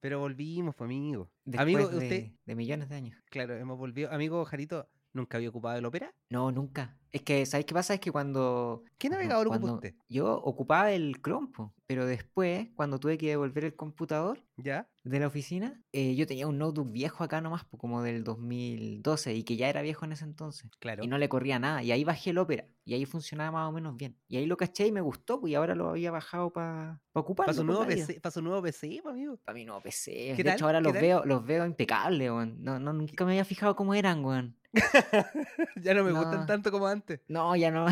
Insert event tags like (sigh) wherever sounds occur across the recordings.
Pero volvimos, pues, amigo. Después amigo, de, usted, de millones de años. claro, hemos volvido. Amigo Jarito, ¿nunca había ocupado el ópera? No, nunca. Es que, ¿sabéis qué pasa? Es que cuando. ¿Qué navegador cuando ocupó usted? Yo ocupaba el Chrome, po, pero después, cuando tuve que devolver el computador ¿Ya? de la oficina, eh, yo tenía un notebook viejo acá nomás, po, como del 2012, y que ya era viejo en ese entonces. Claro. Y no le corría nada. Y ahí bajé el Opera. Y ahí funcionaba más o menos bien. Y ahí lo caché y me gustó. pues, Y ahora lo había bajado para ocuparlo. Para su pues, nuevo en la vida. PC, para su nuevo PC, pues, amigo. Para mí no, PC. ¿Qué De tal? hecho, ahora ¿Qué los tal? veo, los veo impecables, weón. No, no, nunca me había fijado cómo eran, weón. (laughs) ya no me gustan No. tanto como (laughs) antes. No, ya no.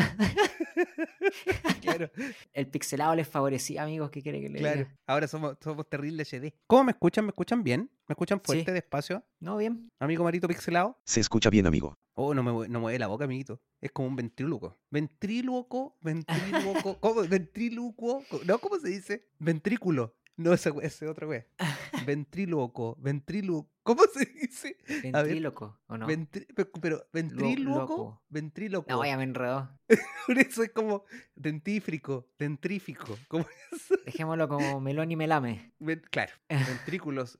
Claro, El pixelado les favorecía, amigos. ¿Qué quiere que le claro. diga? Ahora somos, somos terribles HD. ¿Cómo me escuchan? ¿Me escuchan bien? ¿Me escuchan fuerte, Sí. despacio? (laughs) No, bien. Amigo Marito Pixelado. Se escucha bien, amigo. Oh, no me mue- no mueve la boca, amiguito. Es como un ventríloco. Ventríloco, ventríloco. (laughs) ¿Cómo? Ventríloco. co- No, ¿cómo se dice? Ventrículo. No, ese, we- ese otro wea. Ventríloco, ventríloco. ¿Cómo (laughs) se dice? ver. Ventríloco, ¿o no? Ventrí- pe- pero ventríloco, loco. ventríloco. No, ya me enredó. (laughs) Por eso es como dentífrico, dentrífico. (laughs) Como eso. Dejémoslo como melón y melame. Ven- claro, ventrículos.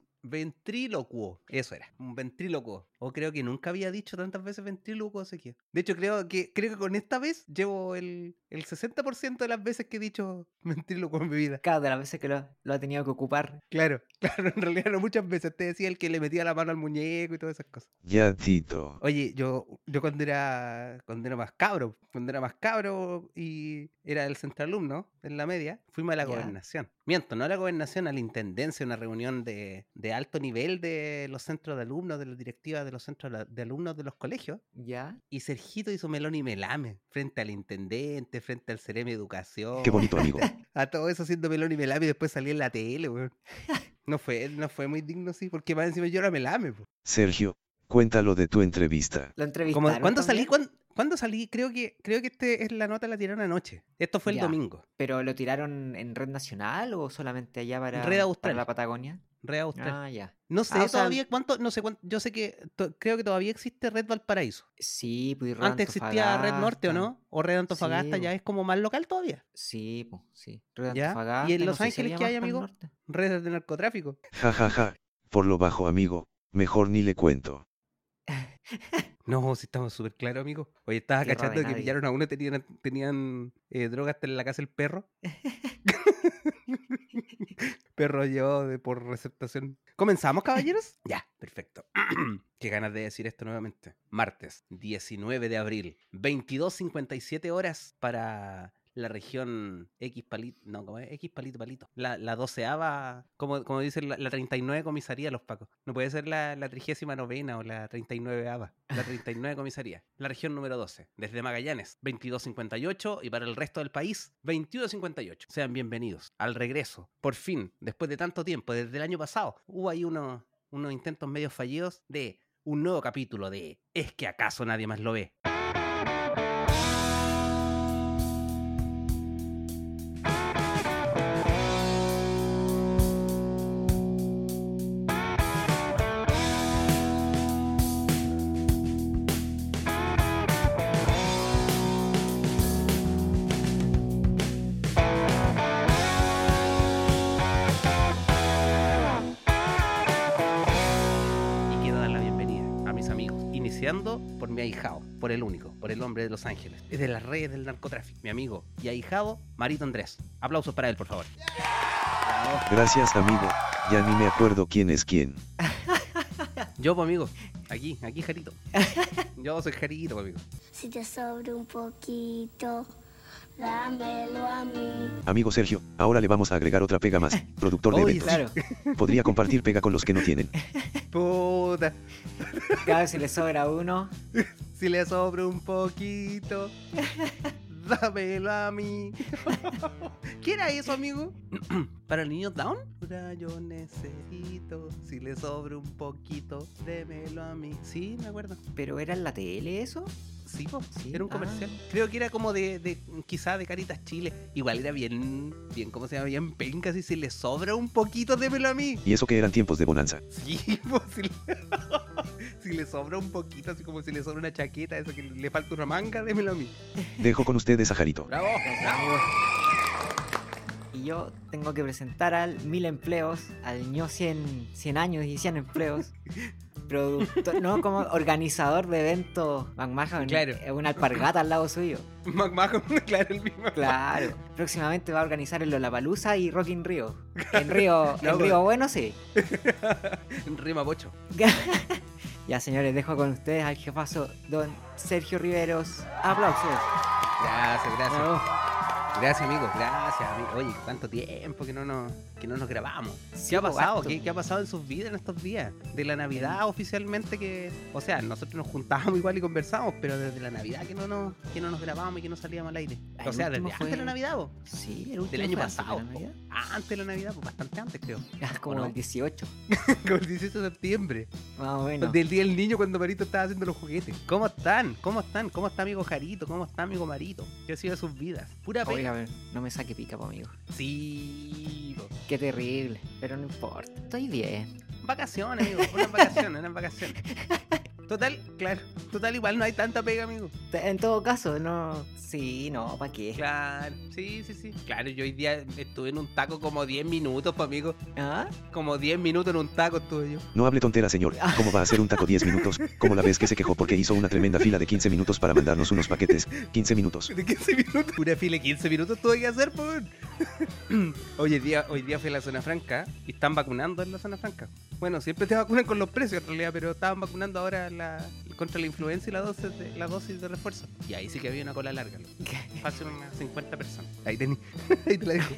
Ventrílocuo, eso era, un ventrílocuo. O creo que nunca había dicho tantas veces ventrílocuo, así que. De hecho, creo que creo que con esta vez llevo el, el 60% de las veces que he dicho (laughs) ventrílocuo en mi vida. Cada de las veces que lo, lo ha tenido que ocupar. Claro, (laughs) claro, en realidad no muchas veces. Te decía el que le metía la mano al muñeco y todas esas cosas. Ya, Tito. Oye, yo, yo cuando era cuando era más cabro, cuando era más cabro y era del Centralum, ¿no? En la media, fuimos a la Ya. gobernación. Miento, no a la gobernación, a la intendencia, una reunión de, de alto nivel de los centros de alumnos, de las directivas de los centros de de alumnos de los colegios. ¿Ya? Y Sergito hizo melón y melame frente al intendente, frente al Ceremi Educación. Qué bonito, amigo. A todo eso haciendo melón y melame y después salí en la tele, weón. No fue, no fue muy digno, sí, porque más encima yo era melame, po. Sergio, cuéntalo de tu entrevista. Lo Como- entrevistaron. ¿Cuándo salí? también? ¿Cuán- ¿Cuándo salí? Creo que creo que este es la nota la tiraron anoche. Esto fue el Ya. domingo. ¿Pero lo tiraron en red nacional o solamente allá para, Red para Austral. la Patagonia? Red Austral. Ah, ya. no sé ah, o sea, todavía cuánto, no sé cuánto, yo sé que to- creo que todavía existe Red Valparaíso. Sí, pues y Red Antes existía Red Norte, ¿o Antofagasta. no? O Red Antofagasta Sí, ya bo. es como más local todavía. Sí, pues, sí. Red ¿Ya? ¿Y en Antofagasta, no Los sé si Ángeles había qué más hay, pa'l amigo? norte. Redes de narcotráfico. Ja, ja, ja. Por lo bajo, amigo. Mejor ni le cuento. No, sí estamos súper claros, amigo. Oye, estaba Tierra de cachando que nadie. pillaron a uno y tenían, tenían eh, drogas hasta en la casa del perro. (laughs) (laughs) perro yo de por receptación. ¿Comenzamos, caballeros? ya, perfecto. em, Qué ganas de decir esto nuevamente. Martes, 19 de abril, 22.57 horas para la región X palito, no, ¿cómo es? X palito palito. La, la doceava, como, como dicen, la, la 39 comisaría los pacos. No puede ser la, la trigésima novena o la 39 ava. La 39 comisaría. La región número 12. Desde Magallanes, 2258 y para el resto del país, 2258. Sean bienvenidos al regreso. Por fin, después de tanto tiempo, desde el año pasado, hubo ahí unos, unos intentos medio fallidos de un nuevo capítulo de ¿Es que acaso nadie más lo ve? Y quiero dar la bienvenida a mis amigos, iniciando por mi ahijado, por el único, por el hombre de Los Ángeles, es de las redes del narcotráfico, mi amigo y ahijado, Marito Andrés. Aplausos para él, por favor. Bravo. Gracias, amigo. Ya ni me acuerdo quién es quién. Yo, pues, amigo, aquí, aquí, Jarito. Yo soy Jarito, pues, amigo. Si te sobra un poquito, dámelo a mí. Amigo Sergio, ahora le vamos a agregar otra pega más. Productor de Oye, eventos. Claro, Podría compartir pega con los que no tienen. Puta, cada vez se (laughs) le sobra uno. si le sobra un (laughs) poquito, dámelo a (laughs) mí. ¿Qué era eso, amigo? (clears throat) ¿Para el niño down? Ahora yo necesito, si le sobra un poquito, démelo a mí. Sí, me acuerdo. ¿Pero era en la tele eso? Sí, po, Sí, era un ah. comercial. Creo que era como de, de quizá de Caritas Chile. Igual era bien, bien, ¿cómo se llama? Bien penca, si se le sobra un poquito, démelo a mí. Y eso que eran tiempos de bonanza. Sí, (laughs) po, si, le, si le sobra un poquito, así como si le sobra una chaqueta, eso que le falta una manga, démelo a mí. Dejo con ustedes a Jarito. Bravo, Gracias, bravo. amigo. Y yo tengo que presentar al Mil Empleos, al ño 100, 100 años y (laughs) 100 empleos. Productor, no como organizador de eventos, McMahon, Claro. es eh, una alpargata al lado suyo. McMahon, (laughs) claro, el mismo. Claro. Próximamente va a organizar el Lollapalooza y Rock (laughs) in Rio. En Río, No, en Río Bueno, sí. Rima bocho. ya, señores, dejo con ustedes al jefazo don Sergio Riveros. Aplausos. Gracias, gracias. Bravo. Gracias, amigos. Gracias, amigos. Oye, cuánto tiempo que no nos, que no nos grabamos. Sí, ¿Qué ha po, pasado? harto. ¿Qué, qué ha pasado en sus vidas en estos días? De la Navidad oficialmente que... O sea, nosotros nos juntábamos igual y conversábamos, pero desde la Navidad que no nos, que no nos grabábamos y que no salíamos al aire. Ah, el o sea, desde último antes fue- de la Navidad, vos. Sí, el último. año fue antes de la pasado, po. Navidad. Antes de la Navidad, pues bastante antes (laughs) creo. Ah, como no? el 18. Como el 18 de septiembre. Más o menos. Del día del niño cuando Marito estaba haciendo los juguetes. ¿Cómo están? ¿Cómo están? ¿Cómo está amigo Jarito? ¿Cómo está amigo Marito? ¿Qué ha sido de sus vidas? Pura pena. Oiga, pero no me saque pica, po, amigo. Sí. po. Qué terrible, pero no importa. Estoy bien. Vacaciones, amigo. Unas vacaciones, unas vacaciones. Total, claro. Total, igual no hay tanta pega, amigo. Te- En todo caso, no. Sí, no, ¿para qué? Claro. Sí, sí, sí. Claro, yo hoy día estuve en un taco como 10 minutos, pues, amigo. ¿Ah? (laughs) Como 10 minutos en un taco estuve yo. No hable tontera, señor. ¿Cómo va a hacer un taco 10 minutos? Como la vez que se quejó porque hizo una tremenda fila de 15 minutos para mandarnos unos paquetes. 15 minutos. ¿De 15 minutos? Una fila de 15 minutos tuve que hacer, pues. (clears throat) Hoy día, hoy día fui a la zona franca y están vacunando en la zona franca. Bueno, siempre te vacunan con los precios en realidad, pero estaban vacunando ahora la- contra la influenza y la dosis, de, la dosis de refuerzo. Y ahí sí que había una cola larga. loco. Fácil unas 50 personas. Ahí tení. (laughs) Ahí te la dejo.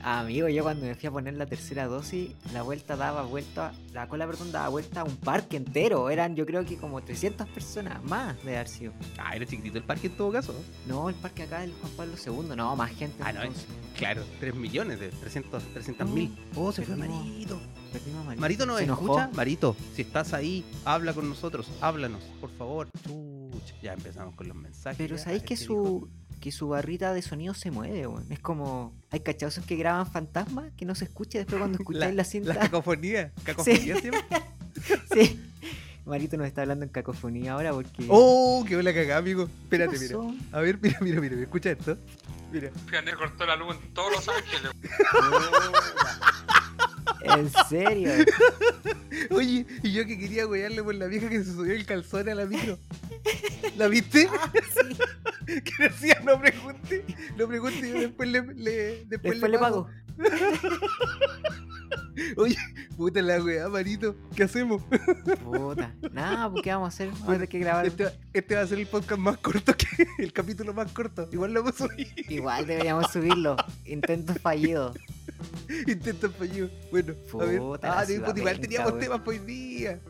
Amigo, yo cuando me fui a poner la tercera dosis, la vuelta daba vuelta, la cola, perdón, daba vuelta a un parque entero. Eran yo creo que como 300 personas más de haber sido. Ah, era chiquitito el parque en todo caso. No, el parque acá del Juan Pablo II, no, eh. más gente. Ah, no, entonces. Claro, 3 millones de 300 mil. oh, se fue Marito. Perdimos a Marito. Marito nos Se enojó. escucha. Marito, si estás ahí, habla con nosotros. Háblanos, por favor. Chucha, Ya empezamos con los mensajes. Pero ya, sabéis que este viejo- su, que su barrita de sonido se mueve, weón. Es como. Hay cachazos que graban fantasmas que no se escucha después cuando escucháis (laughs) la, cinta. La cacofonía. Cacofonía (laughs) siempre. Sí. Marito nos está hablando en cacofonía ahora porque. Oh, qué buena cagada, amigo. ¿Qué Espérate, mira. pasó? A ver, mira, mira, mira, mira, escucha esto. Mira. Pianer cortó la luz en todos Los Ángeles. En (laughs) serio. Oye, y yo que quería wearle por la vieja que se subió el calzón a la (laughs) micro. ¿La viste? Ah, Sí. (laughs) que decía, no pregunte, no pregunte, yo después le, le- después Después le pago. Puta la weá, Marito, ¿qué hacemos? Puta. Nada, pues qué vamos a hacer. Vamos a tener que grabar. Este, va- este va a ser el podcast más corto que (laughs) el capítulo más corto. Igual lo vamos a subir. Igual deberíamos subirlo. Intento fallido. Intento fallido. Bueno, a ver. Puta la Ah, no, puta, igual Sudamérica, teníamos weón. temas para hoy día.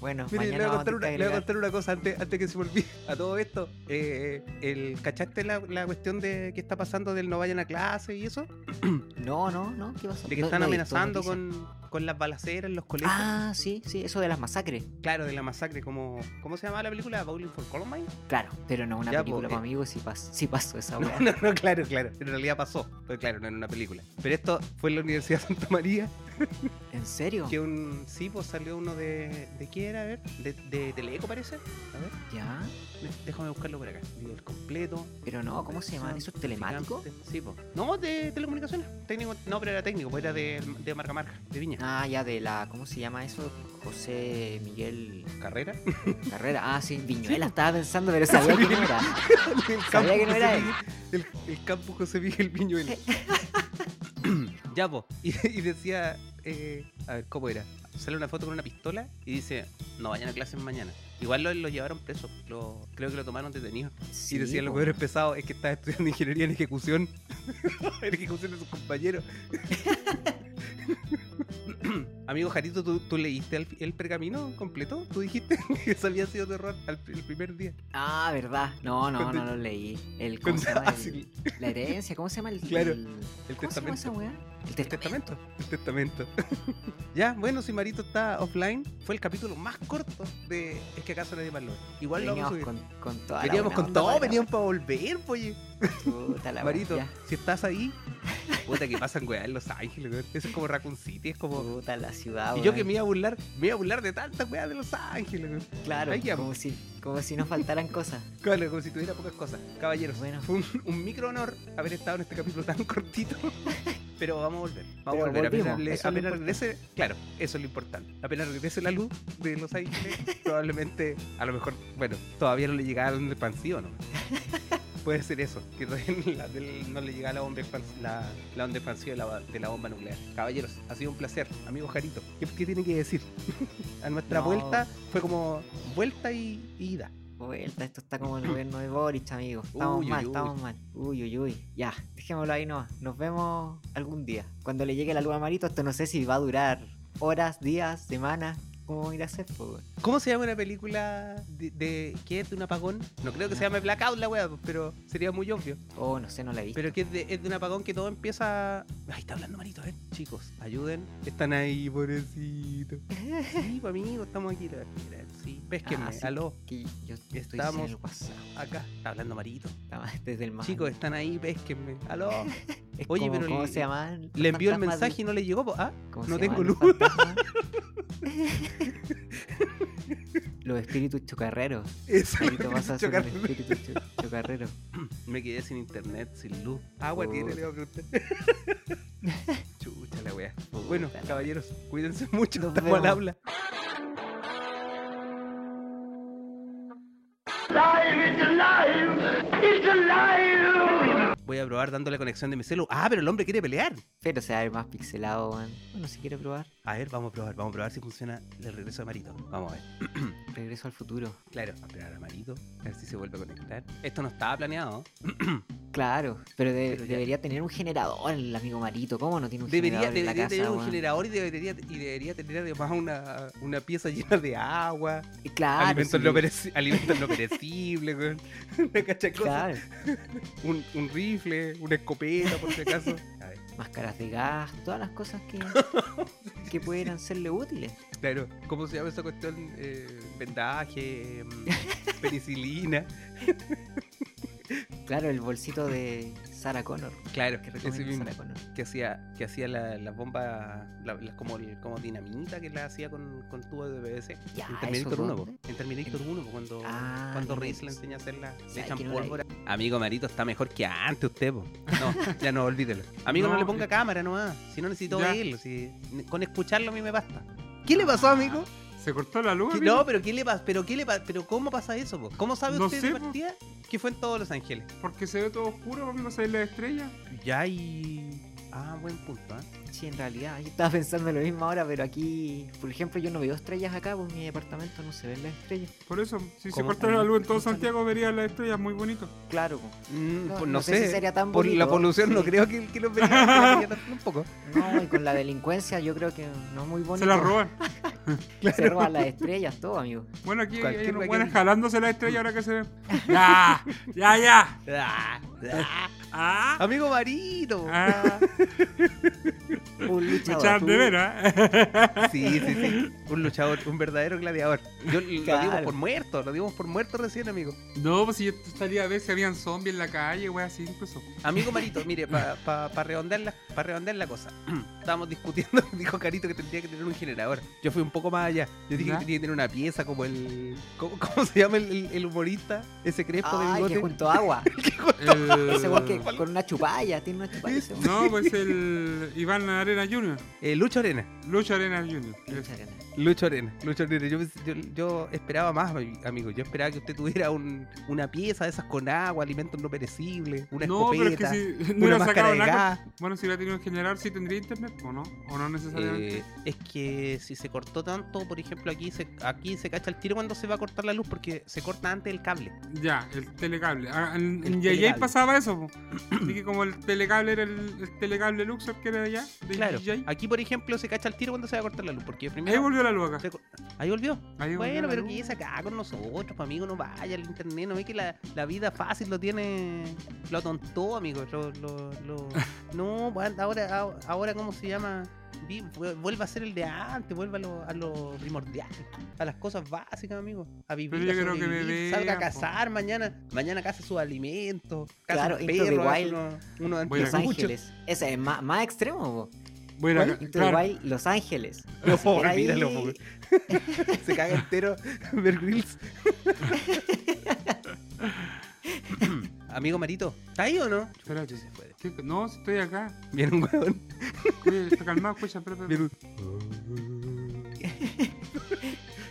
Bueno, Mire, le voy, mañana a vamos a contar tener una, le que voy a agregar. contar una cosa antes, antes que se me olvide. (laughs) A todo esto, eh, el, ¿cachaste la, la cuestión de que está pasando del no vayan a clase y eso? No, no, no. ¿Qué pasó? De que No- están no he visto amenazando noticias. con, con las balaceras en los colegios. Ah, sí, sí. Eso de las masacres. Claro, de la masacre, como. ¿Cómo se llamaba la película? ¿Bowling for Columbine? (laughs) Claro, pero no una Ya, película po, para eh. amigos si pasó, si pasó (laughs) esa No, weá. no, no, claro, claro. En realidad pasó. Pero claro, no era una película. Pero esto fue en la Universidad de Santa María. ¿En serio? Que un. Sí, pues salió uno de. ¿De qué era? A ver. De, de Teleco, parece. A ver. ¿Ya? me- Déjame buscarlo por acá. Digo, el completo. Pero no, ¿cómo se llama? ¿Eso es telemático? Gigante. Sí, pues. No, de telecomunicaciones. Técnico. No, pero era técnico, pues era de, de marca marca, de viña. Ah, ya de la. ¿Cómo se llama eso? José Miguel Carrera. Carrera. Ah, sí, Viñuela estaba pensando, pero sabía que no era. El (laughs) Sabía que no José era él. Miguel- El, el campo José Miguel Viñuela. (laughs) ya, po. Y, y decía, eh, a ver, ¿cómo era? Sale una foto con una pistola y dice, no vayan a clases mañana. Igual lo, lo llevaron preso, lo, creo que lo tomaron detenido. Sí, y decía, lo po. peor es pesado Oh, es que estaba estudiando ingeniería en ejecución. (laughs) en ejecución de sus compañeros. (laughs) Amigo Jarito, ¿tú, tú leíste el, el pergamino completo? ¿Tú dijiste (laughs) que eso había sido tu error al- el primer día? Ah, verdad. No, no, Cuando- no lo leí. El, ¿Cómo Cuando- se llama? ah, (laughs) sí, El- la herencia, ¿cómo se llama el. Claro, el- el ¿Cómo se llama testamento. esa weá? El El testamento. El testamento. ya, bueno, si Marito está offline, fue el capítulo más corto de Es que acaso nadie más lo ve. Igual lo vamos a Veníamos subir. con, con toda la veníamos buena con onda todo, para veníamos para volver, oye. grabar. Puta la weá, Marito, ya. si estás ahí, Puta que pasan, weá, en Los Ángeles, weón. Eso es como Raccoon City, es como. Puta la ciudad, Y yo que Ah, weón. me iba a burlar, me iba a burlar de tantas weas de Los Ángeles, weón. Claro, Ahí quedamos. como si, como si no faltaran cosas. Claro, como si tuviera pocas cosas. Caballeros, Bueno. fue un, (laughs) un micro honor haber estado en este capítulo tan (laughs) (laughs) cortito. Pero vamos a volver. Vamos Pero a volver. volvimos, Apenas, le- eso es lo apenas importante. regrese. Claro, eso es lo importante. Apenas regrese la luz de Los (laughs) Ángeles, probablemente, a lo mejor, bueno, todavía no le llegaba la onda expansiva, (laughs) ¿no? Puede ser eso, que todavía (laughs) no la- del- no le llegaba la onda, expans- la, la onda expansiva de la, de la bomba nuclear. Caballeros, ha sido un placer, amigo Jarito. ¿Qué, qué tiene que decir? (laughs) a nuestra No. vuelta fue como vuelta y, y ida. Vuelta, esto está como el gobierno de Boric, amigo. Estamos Uy, mal, uy, estamos mal. Uy, uy, uy. Ya, dejémoslo ahí nomás. Nos vemos algún día. Cuando le llegue la luz a Marito, esto no sé si va a durar horas, días, semanas. ¿Cómo va a ir a hacer, po, weón? ¿Cómo se llama una película de, de qué es de un apagón? No creo que se llame Blackout la wea, pues, pero sería muy obvio. Oh, no sé, no la vi. Pero que es de, es de un apagón que todo empieza. Ahí está hablando Marito, a ver, chicos, ayuden. Están ahí, pobrecito. Sí, pues, amigo, estamos aquí. la- mira, Sí, pésquenme, Ah, sí. aló, Aquí yo estoy sin Estamos- el WhatsApp. acá. Está hablando Marito. Estaba desde el más. Chicos, están ahí, pésquenme, aló. Es oye, como- pero ¿cómo le- se llaman? Le envió el Fantasmas mensaje Oh, de- y no le llegó, pues, ah. ¿cómo no se llaman tengo los luz. (laughs) fantasmas? Los espíritus (laughs) chocarreros. (laughs) Eso es lo Marito que vas a hizo ser un Carlos. espíritu cho- chocarrero. Me quedé sin internet, sin luz. Oh. Agua tiene, le voy a preguntar. Chucha la wea. Bueno, Puta la caballeros, cuídense (laughs) mucho. Nos Estamos al vemos. habla. Voy a probar dando la conexión de mi celu. Ah, pero el hombre quiere pelear. Pero se va a ver más pixelado, weón. Bueno, si quiere probar, A ver, vamos a probar, vamos a probar si funciona el regreso de Marito. Vamos a ver. regreso al futuro. Claro, vamos a esperar a Marito, a ver si se vuelve a conectar. Esto no estaba planeado. Claro, pero, de- Pero ya. debería tener un generador el amigo Marito. ¿Cómo no tiene un Debería, generador en la debería casa, tener un weón? generador y debería, y debería tener además una, una pieza llena de agua. Y Claro, Alimentos Ah, sí, no pereci- alimentos no perecibles, weón. (laughs) Una cacha de cosas. claro. Un, un rifle, una escopeta, por si acaso. A ver, Máscaras de gas, todas las cosas (laughs) que, que pudieran serle útiles. claro, ¿cómo se llama esa cuestión? Eh, vendaje, em, (laughs) penicilina. Claro, el bolsito de Sarah Connor. Claro, Que ese mismo. recomienda Sarah Connor. Que hacía, que hacía la, la bomba, la- la- como, el- como dinamita que la hacía con, con tubo de PVC. Ya, en ¿eso Terminator 1, dónde? po. En Terminator 1, po, cuando, Ah, cuando ya, Reese le pues. enseña a hacer la. Le ¿Sabes echan que no la pólvora. Amigo Marito está mejor que antes usted, po. No, ya no, olvídelo. Amigo, no, No, le ponga eh. cámara nomás. Si no necesito Ya. verlo, si con escucharlo a mí me basta. ¿Qué le pasó, amigo? ¿Se cortó la luz? ¿Qué- Ah, amigo? no, pero ¿qué le pasa? ¿Pero qué le pa- ¿Pero cómo pasa eso, po? ¿Cómo sabe No usted sé, de po. partida que fue en todos Los Ángeles? Porque se ve todo oscuro, amigo, se ven las estrellas. Ya y. Ah, buen punto, ¿ah? Sí, en realidad, yo estaba pensando lo mismo ahora, pero aquí, por ejemplo, yo no veo estrellas acá, pues en mi departamento no se ven las estrellas. Por eso, si se ¿Cómo? cortara la luz en todo Escúchale. Santiago, verías las estrellas, muy bonito. Claro, pues. Mm, pues, no, no sé si sería tan Por la bonito, polución no sí. creo que, que lo (laughs) vería pero ya un poco. No, y con la delincuencia yo creo que no es muy bonito. Se las roban. Se roban las estrellas, todo, amigo. Bueno, aquí hay Cualquier unos hueá buenos que- jalándose las estrellas ahora que se ven. ¡Ya! ¡Ya, ya! Ah, ah. ¡Ah! Amigo Marito. (laughs) ¡Ah! Un Me luchador. echaban de ¿eh? tú- veras. Sí, sí, sí. Un luchador, un verdadero gladiador. Yo lo dimos Claro. por muerto, lo dimos por muerto recién, amigo. (laughs) No, pues si yo estaría a ver si habían zombies en la calle, wey, así incluso. Amigo Marito, mire, para pa, pa redondear, la- pa redondear la cosa. (clears throat) Estábamos discutiendo, (laughs) dijo Carito que tendría que tener un generador. Yo fui un poco más allá. Yo dije ¿Ya? que tenía que tener una pieza como el... ¿Cómo, cómo se llama el, el- el humorista? Ese crespo de Ay, que bigote. junto (laughs) agua. El- Ese weón que con una chupalla, tiene una chupalla ese weón. No, pues el Iván Arena Jr. Eh, Lucho Arena. Lucho Arena Jr. Lucha arena. Lucho Arena. Lucho Arena. Yo, pensé- yo, yo esperaba más, mi- amigo. Yo esperaba que usted tuviera un- una pieza de esas con agua, alimentos no perecibles, una No, pero es escopeta. que si no una hubiera máscara sacado de nada. gas. Bueno, si hubiera tenido un generador, sí tendría internet, ¿o no? ¿O no necesariamente? Eh, es que si se cortó tanto, por ejemplo, aquí se, aquí se cacha el tiro cuando se va a cortar la luz porque se corta antes el cable. Ya, el telecable. Ah, en El en Yayay telecable. pasaba eso, po. Así que como el telecable era el, el telecable Luxor que era de allá, de Claro. Yayay, Aquí, por ejemplo, se cacha el tiro cuando se va a cortar la luz porque Ahí primero. volvió la luz acá. se cor- Ahí volvió. Ahí volvió Bueno, la pero luz. que es acá con nosotros, pues, amigo, no vaya al internet, no ve que la, la vida fácil lo tiene, (laughs) lo tontó, amigo, lo, lo- lo- no, pues, ahora, ahora, ¿cómo se llama? vi- vu- vuelva a ser el de antes, vuelva a lo, a lo primordial, a las cosas básicas, amigo. A vivir, Pero yo a creo que me sobrevivir, salga a vean, po. cazar mañana, mañana caza sus alimentos, caza Claro, un Into the perro, hace Wild. uno, uno de Voy a Los Mira, anticuchos. Ángeles. Ese es más, más extremo, po. Bueno, ¿Cuál? acá- Into claro. the Wild, Los Ángeles. (laughs) No, Así que pobre, ahí- míralo, pobre. Se caga entero (laughs) Bear Grylls. (laughs) Amigo Marito, ¿está ahí o no? Espérate. Se fue. ¿Qué- No, si estoy acá. Viene un hueón. Oye, está calmado, escucha, espera, (laughs) espera. Viene un...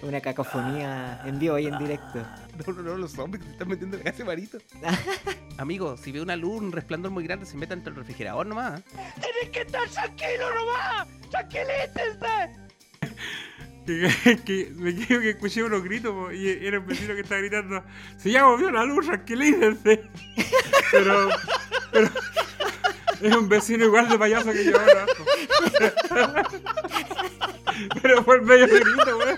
Una cacofonía en vivo y en directo. No, no, no, los zombies que se están metiendo en la casa de Marito. Amigo, si ve una luz, un resplandor muy grande, se meta entre el refrigerador nomás. ¿eh? Que, (laughs) que- me quedo que escuché unos gritos po, y era un vecino que estaba gritando: Se ya volvió la luz, tranquilícense. (laughs) Pero, pero es un vecino igual de payaso que yo ahora. po. (laughs) Pero fue el medio de grito, weón.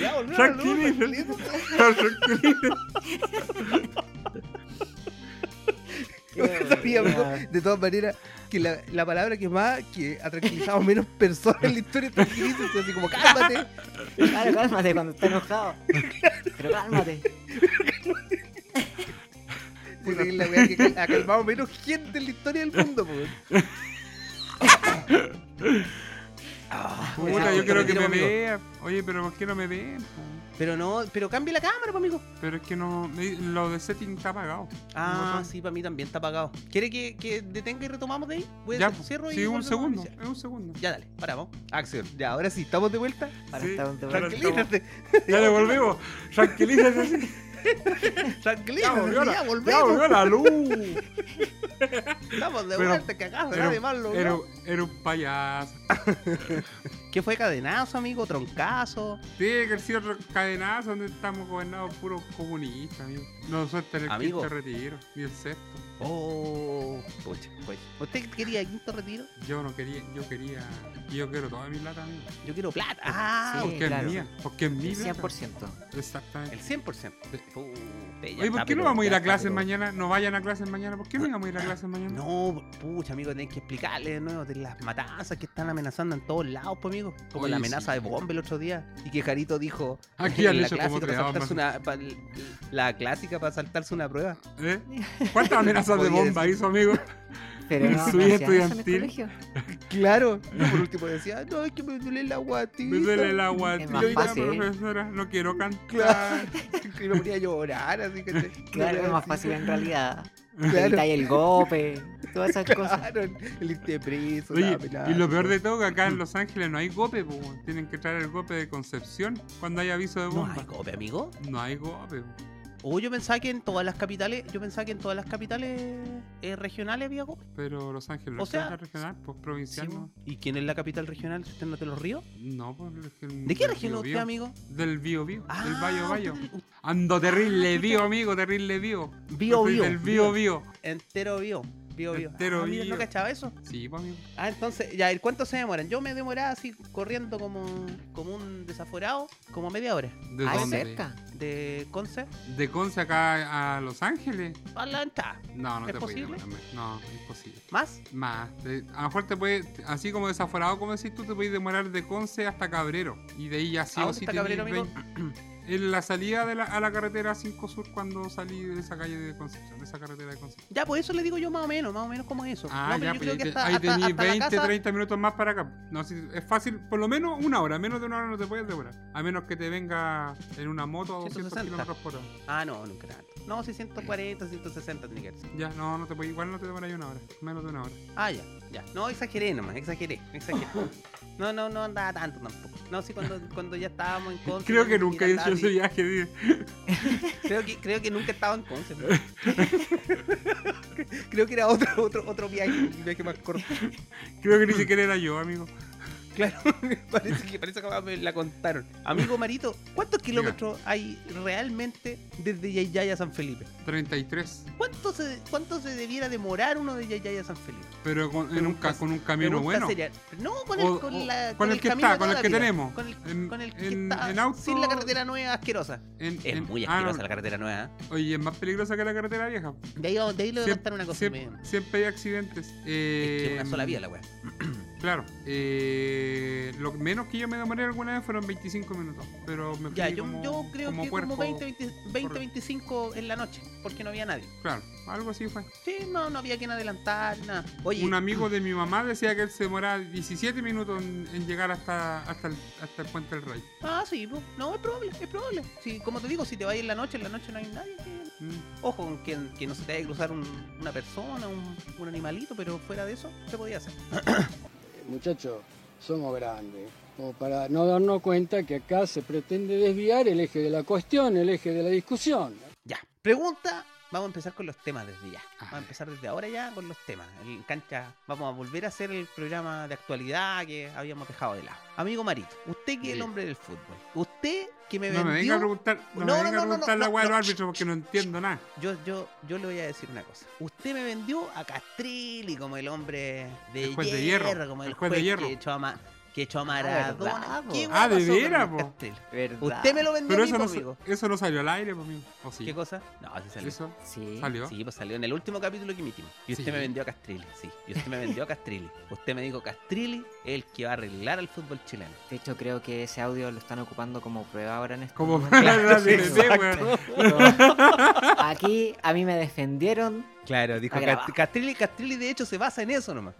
Ya, volvió la luz, Tranquilícense. (laughs) (laughs) Tranquilícense. Yo sabía, amigo, de todas maneras, que la, la palabra que más que ha tranquilizado menos (laughs) personas en la historia es tranquilícense, así como cálmate. Claro, cálmate cuando está enojado. Pero cálmate. Porque es la weá (laughs) que cal- ha calmado menos gente en la historia del mundo, po. Ah, Puta, ese Puta, yo corte quiero lo que me quiero, amigo. vea. Oye, pero ¿por qué no me ven? po? Pero no, pero cambie la cámara, po, amigo. Pero es que no. me- Lo de setting está apagado. Ah, botón. sí, para mí también está apagado. ¿Quiere que, que detenga y retomamos de ahí? Voy a Ya, hacer- po. cierro y sí, un volvemos a segundo. iniciar. Es un segundo. Ya, dale, paramos. Acción. Ya, ahora sí, estamos de vuelta. Para Sí, estar un tema. Ahora claro. Tranquilízate. Ya le volvimos. Tranquilízate. sí. Ya Tranquilízate, volvió la, ya ya volvemos. volvió la luz. (laughs) Estamos de (laughs) Pero- vuelta, cagazo, nadie más lo era, vio. era un payaso. ¿Qué fue cadenazo, amigo? ¿Troncazo? Tiene que ser otro cadenazo donde estamos gobernados puros comunistas, amigo. No sueltan el Amigo. quinto retiro, ni el E sexto. Oh, pucha, pucha. ¿Usted quería quinto retiro? Yo no quería, yo quería. Yo quiero toda mi plata, amigo. Yo quiero plata. Ah, Sí, Porque claro. es mía, porque es mi plata. 100%. Exactamente. el 100%. Sí. Puta, ya Oye, está, ¿por qué no pero- vamos a ir ya a está, clases pero- mañana? No vayan a clases mañana. ¿Por qué no íbamos a ir a clases mañana? No, pucha, amigo, tenés que explicarle de nuevo de las matanzas que están amenazando en todos lados, pues, amigo. Como Oye, la amenaza sí. de bomba el otro día. Y que Jarito dijo. Aquí han la hecho clásica como para tres saltarse una, pa- La clásica para saltarse una prueba. ¿Eh? ¿Cuántas amenazas de Podía bomba hizo, amigo? Pero no, no Soy hacían eso en el estudiantil. colegio. Claro. Yo por último decía, no, es que me duele la guatita. Me duele el agua. Es tío, más ya, fácil. profesora, no quiero cantar. Claro. (laughs) Y me ponía a llorar, así que. (laughs) Claro, es más fácil en realidad. Claro. Evitar el golpe, todas esas cosas. (laughs) Claro, el irte preso, Oye, la amenaza. y lo peor de todo que acá en Los Ángeles no hay gope, po, weón. tienen que traer el gope de Concepción cuando hay aviso de No hay bomba. cope, amigo. No hay gope. po. O yo pensaba que en todas las capitales, yo pensaba que en todas las capitales eh, regionales había cope. pero Los Ángeles O no es sea, capital regional, pues provincial no. ¿Y quién es la capital regional? ¿Usted no te los ríos? No, pues es que el- ¿De qué del región es Bío usted, Bío. amigo? Ah, Del Bio Bio, del Bayo Bayo. usted- usted- Ando terrible Bio, amigo, terrible Bio. Ah, Bio Yo soy Bio. Del Bio Bio. Entero bio. Bio bio. Entero ah, mira, bio. ¿No cachaba eso? Sí, pues amigo. Ah, entonces, ya, ¿y cuánto se demoran? Yo me demoraba así corriendo como, como un desaforado, como media hora. ¿De Ah, es dónde? cerca. De Conce ¿De Conce acá a Los Ángeles? a la entrada. No, no ¿Es te puedes ir, posible? weón. No, es imposible. ¿Más? Más. de- a lo mejor te puedes, así como desaforado, como decís tú, te puedes demorar de Conce hasta Cabrero. Y de ahí ya sí ¿A o dónde sí está Cabrero, tenés amigo? 20 (clears throat) En la salida de la, a la carretera 5 Sur cuando salí de esa calle de Concepción, de esa carretera de Concepción. Ya, pues eso le digo yo más o menos, más o menos como eso. Ah, No, pero ya, yo pues creo ahí que te- hasta- ahí hasta- tenés hasta la 20, casa- 30 minutos más para acá. No, sí, es fácil, por lo menos una hora, menos de una hora no te puedes demorar. A menos que te venga en una moto a 200 160. kilómetros por hora. Ah, no, nunca tanto. No, sí, 140, 160 tiene que ser. Ya, no, no te puedes, igual no te demoras una hora, menos de una hora. Ah, ya, ya. No, exageré nomás, exageré, (laughs) exageré. No, no, no andaba tanto tampoco. No, sí, cuando, cuando ya estábamos en Conce. Creo que mira, nunca he andaba hecho ese así. viaje, tío. Creo que, creo que nunca estaba en Conce. (laughs) ¿no? creo que era otro, otro, otro viaje, un viaje más corto. Creo que ni siquiera era yo, amigo. Claro, (laughs) parece que, parece que acá me la contaron. Amigo Marito, ¿cuántos kilómetros hay realmente desde Yayaya a San Felipe? 33. ¿Cuánto se, cuánto se debiera demorar uno de Yayaya a San Felipe? Pero con, en un, ca- Preguntas- con un camino Pregunta bueno. seria. No, con el, O- con o- la- con con el que camino está, de con el toda que la vida. tenemos. Con el, En- con el que en- está en auto- sin la carretera nueva asquerosa. En- Es en- muy ah, asquerosa no. la carretera nueva. ¿eh? Oye, es más peligrosa que la carretera vieja. De ahí, de ahí le voy a Siempre- contar una cosa. que siempre, me- siempre hay accidentes. es que Eh, una sola vía la weá. Claro. Eh, lo menos que yo me demoré alguna vez fueron 25 minutos. Pero me fui Ya, yo, como, yo creo como que puerco, como 20, 20, 20, corre. 25 en la noche, porque no había nadie. Claro, algo así fue. Sí, no, no había quien adelantar, nada. Oye, Un amigo de mi mamá decía que él se demoraba 17 minutos en, en llegar hasta, hasta, el, hasta el puente del rey. ah, sí, po. no, es probable, es probable. Sí, como te digo, si te vas en la noche, en la noche no hay nadie. que- Mm, Ojo, con que, que no se te vaya a cruzar un- una persona, un, un animalito, pero fuera de eso, se podía hacer. Muchachos, somos grandes. Como para no darnos cuenta que acá se pretende desviar el eje de la cuestión, el eje de la discusión. Ya, pregunta. Vamos a empezar con los temas desde ya. A Vamos a ver. empezar desde ahora ya con los temas. En cancha vamos a volver a hacer el programa de actualidad que habíamos dejado de lado. Amigo Marito, usted que es el Sí. hombre del fútbol. Usted que me No me venga vendió... a preguntar, no, No, me no, venga no, a no, preguntar no, la weá de no. los árbitros porque no entiendo nada. Yo, yo, yo le voy a decir una cosa. Usted me vendió a Castrilli como el hombre de, El juez de hierro, como el, el juez, juez de hierro. Que echó a, Ma- que echó a Maradona. verdad, po. ¿Qué hueá Ah, ¿de pasó con veras, el po? Castrilli? ¿Verdad? Usted me lo vendió Pero a mí, eso po, no, amigo. sa- eso no salió al aire, pues, amigo. ¿O sí? ¿Qué cosa? No, así salió. ¿Eso Sí. salió? Sí, pues salió en el último capítulo que emitimos. Y usted Sí. me vendió a Castrilli, sí. Y usted me vendió a Castrilli. Usted me dijo, Castrilli es el que va a arreglar al fútbol chileno. De hecho, creo que ese audio lo están ocupando como prueba ahora en este Como momento. prueba (laughs) de la Sí, CNT, exacto. Pero (laughs) Aquí a mí me defendieron. (laughs) Claro, dijo Está grabado. "Cast- Castrilli, Castrilli de hecho se basa en eso nomás.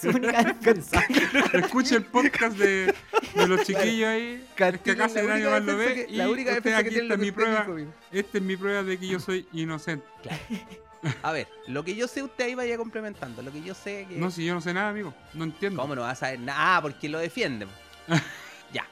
Su única defensa. (laughs) Escuche el podcast de, de los chiquillos ahí. Es que Castrilli es acá la se nadie única más lo defensa ve. que- Y la única usted defensa que aquí tiene está lo que mi usted prueba. dijo, amigo. Esta es mi prueba de que yo soy inocente. A ver, lo que yo sé usted ahí vaya complementando. Lo que yo sé que... No, si yo no sé nada, amigo. No entiendo. ¿Cómo no vas a saber nada? Ah, porque lo (laughs) defienden. ya.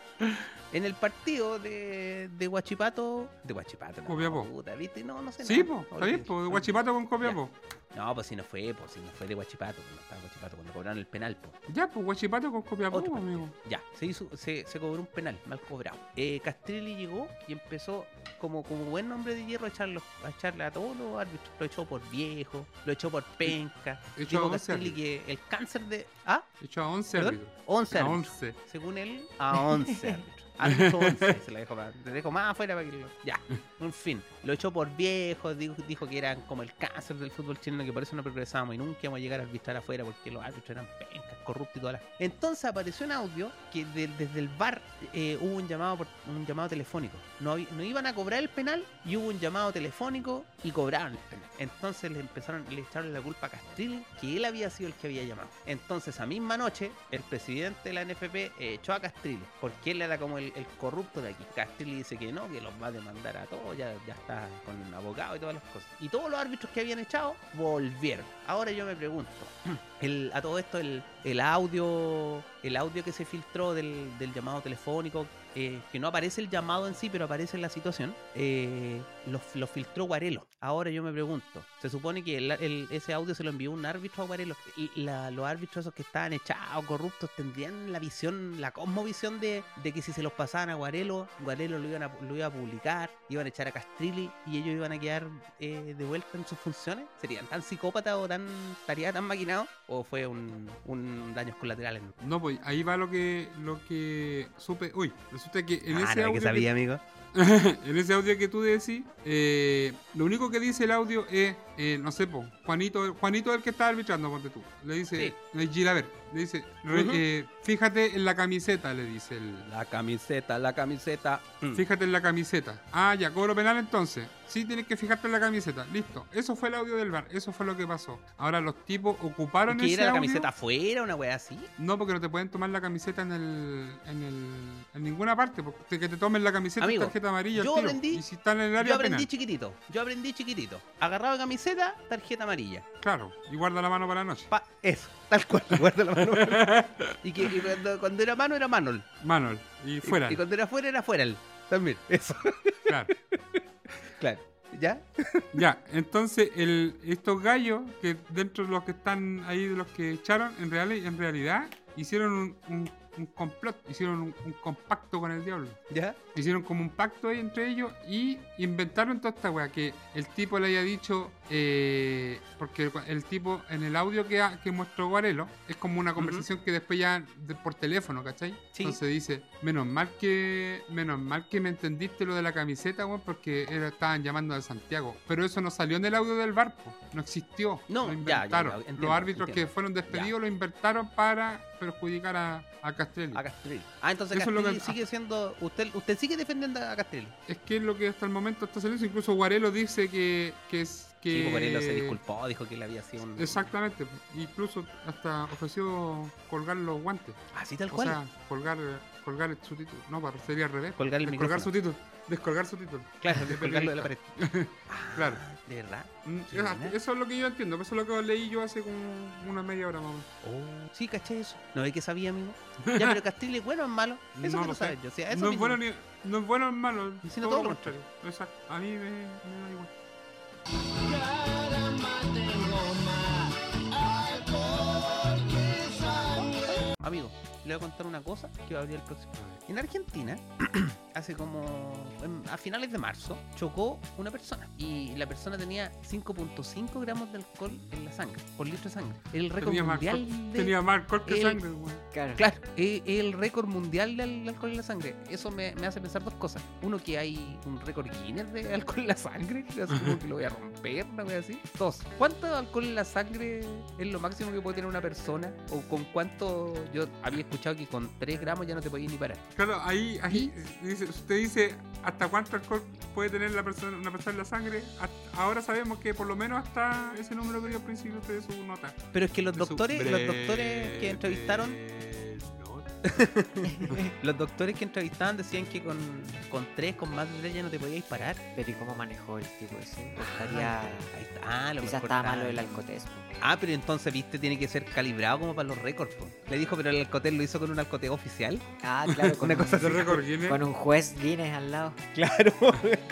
En el partido de, de Guachipato... De Guachipato. no, Copiapó. puta, ¿viste? No, no sé Sí, nada. po, está bien, po, de Olvídate. Guachipato con Copiapo. No, pues si no fue, pues si no fue de Guachipato, cuando estaba Guachipato, cuando cobraron el penal, pues. Ya, pues Guachipato con Copiapo, Otro partido. amigo. Ya, se hizo, se, se cobró un penal, mal cobrado. Eh, Castrelli llegó y empezó como, como buen hombre de hierro a echarlo, a echarle a todos los árbitros. Lo echó por viejo, lo echó por penca. Echó a Dijo 11 Castrelli árbitros. que el cáncer de. ¿Ah? Echó a 11 ¿Perdón? árbitros. Ah, 11 A árbitros. 11. Según él, a 11 árbitros. (laughs) Árbitro 11, se la dejó más, le dejó más afuera para que lo- Ya, en fin. Lo echó por viejo, dijo, dijo que eran como el cáncer del fútbol chileno, que por eso no progresábamos y nunca íbamos a llegar a arbitrar afuera porque los árbitros eran pencas, corruptos y todas las... Entonces apareció un audio que de- desde el bar eh, hubo un llamado por- un llamado telefónico. No, hab- no iban a cobrar el penal y hubo un llamado telefónico y cobraron el penal. Entonces le empezaron, le echaron la culpa a Castrilli que él había sido el que había llamado. Entonces esa misma noche el presidente de la NFP eh, echó a Castrilli porque él era como el, el corrupto de aquí. Castrilli dice que no, que los va a demandar a todos, ya, ya está con un abogado y todas las cosas. Y todos los árbitros que habían echado volvieron. Ahora yo me pregunto, el, a todo esto, el, el audio el audio que se filtró del, del llamado telefónico, eh, que no aparece el llamado en sí, pero aparece la situación, eh, lo, lo filtró Guarelo. Ahora yo me pregunto, se supone que el- el- ese audio se lo envió un árbitro a Guarelo. Y la- los árbitros esos que estaban echados, corruptos, tendrían la visión, la cosmovisión de, de que si se los pasaban a Guarelo, Guarelo lo, iban a, lo iba a publicar, iban a echar a Castrilli y ellos iban a quedar eh, de vuelta en sus funciones? ¿Serían tan psicópatas o tan estaría tan maquinados? ¿O fue un, un daños colaterales? No, pues ahí va lo que, lo que supe. Uy, resulta que en ah, ese no, audio. que que- sabía, amigo. en ese audio que tú decís, eh, lo único que dice el audio es, eh, no sé, po, Juanito, Juanito es el que está arbitrando, ponte tú. Le dice, eh, Gilaver, le dice, re- Ujú. eh, fíjate en la camiseta, le dice el. La camiseta, la camiseta. Mm. Fíjate en la camiseta. Ah, ya, cobro penal entonces. Sí, tienes que fijarte en la camiseta. Listo. Eso fue el audio del bar. Eso fue lo que pasó. Ahora los tipos ocuparon ¿Que ese era la audio. camiseta afuera, una wea así? No, porque no te pueden tomar la camiseta en el. en, el, en ninguna parte. Porque que te tomen la camiseta Amigo, tarjeta amarilla. al yo tiro. aprendí- Y si están en el área Yo aprendí penal. chiquitito, yo aprendí chiquitito. Agarraba camiseta, tarjeta amarilla. Claro, y guarda la mano para la noche. Pa- eso, tal cual, guarda la (laughs) mano. y que y cuando, cuando era mano, era Manol. Manuel, y fuera. Y, cuando era fuera, era fuera. También, (laughs) eso, (laughs) claro. claro. ¿Ya? Ya, entonces el, estos gallos, que dentro de los que están ahí, de los que echaron, en, real, en realidad hicieron un, un- un complot, hicieron un, un compacto con el diablo. ¿Ya? Hicieron como un pacto ahí entre ellos y inventaron toda esta weá. Que el tipo le había dicho, eh, porque el, el tipo en el audio que, ha- que mostró Guarelo es como una conversación que después ya de- por teléfono, ¿cachai? Sí. Entonces dice, menos mal que menos mal que me entendiste lo de la camiseta, weón, porque era- estaban llamando de Santiago. Pero eso no salió en el audio del barco, no existió. No, ya, lo ya, inventaron. ya, entiendo, Los árbitros entiendo. que fueron despedidos lo inventaron para perjudicar a, a Castelli. A Castril. Ah, entonces Eso es lo Castril que- sigue siendo. Usted, usted sigue defendiendo a Castril. Es que es lo que hasta el momento está saliendo. Incluso Guarelo dice que, que es. Que... Chico Corello pues, se disculpó, dijo que le había sido un. Exactamente. Incluso hasta ofreció colgar los guantes. Así tal o cual. sea, colgar, colgar su título. No, para- sería al revés. colgar el Descolgar micrófono. su título. Descolgar su título. (laughs) Claro, descolgarlo de la pared. Claro. Ah, ¿De verdad? Mm, Qué es- buena. Eso es lo que yo entiendo. Eso es lo que leí yo hace como una media hora más o menos. Oh, sí, caché eso. No ve que sabía, (laughs) amigo. Ya, pero Castril es bueno o es malo. Eso No no lo lo sé. sabes yo. O sea, eso No es, mismo. bueno ni, no es bueno ni malo. Y sino todo todo lo lo contrario. Exacto. A mí me, me da igual. Amigo, le voy a contar una cosa que va a abrir el próximo. En Argentina, (clears throat) hace como. en- a finales de marzo, chocó una persona. Y la persona tenía 5.5 gramos de alcohol en la sangre, por litro de sangre. El récord Tenía más, mundial. col- de- tenía más alcohol que el- sangre, güey. Claro. Claro, es el récord mundial del alcohol en la sangre. Eso me, me hace pensar dos cosas. Uno, que hay un récord Guinness de alcohol en la sangre, (laughs) que así como que lo voy a romper, una cosa así. Dos, ¿cuánto alcohol en la sangre es lo máximo que puede tener una persona? ¿O con cuánto? Yo había escuchado que con 3 gramos ya no te podías ni parar. Claro, ahí, ahí eh, dice, usted dice hasta cuánto alcohol puede tener la persona, una persona en la sangre. Hasta- ahora sabemos que por lo menos hasta ese número que dio al principio usted de su nota. Pero es que los De su doctores, los doctores que entrevistaron, (laughs) los doctores que entrevistaban decían que con, con 3, con más de 3 ya no te podías parar. Pero ¿y cómo manejó el tipo ese? O Estaría... Ahí está. Ah, lo Quizás mejor estaba malo Ah, estaba el bien. alcotesco. Ah, pero entonces, viste, tiene que ser calibrado como para los récords, po. Le dijo, pero el alcotel lo hizo con un alcoteo oficial. Ah, claro, (laughs) con, Una un, cosa El récord con Guinness. un juez Guinness al lado. (laughs) Claro,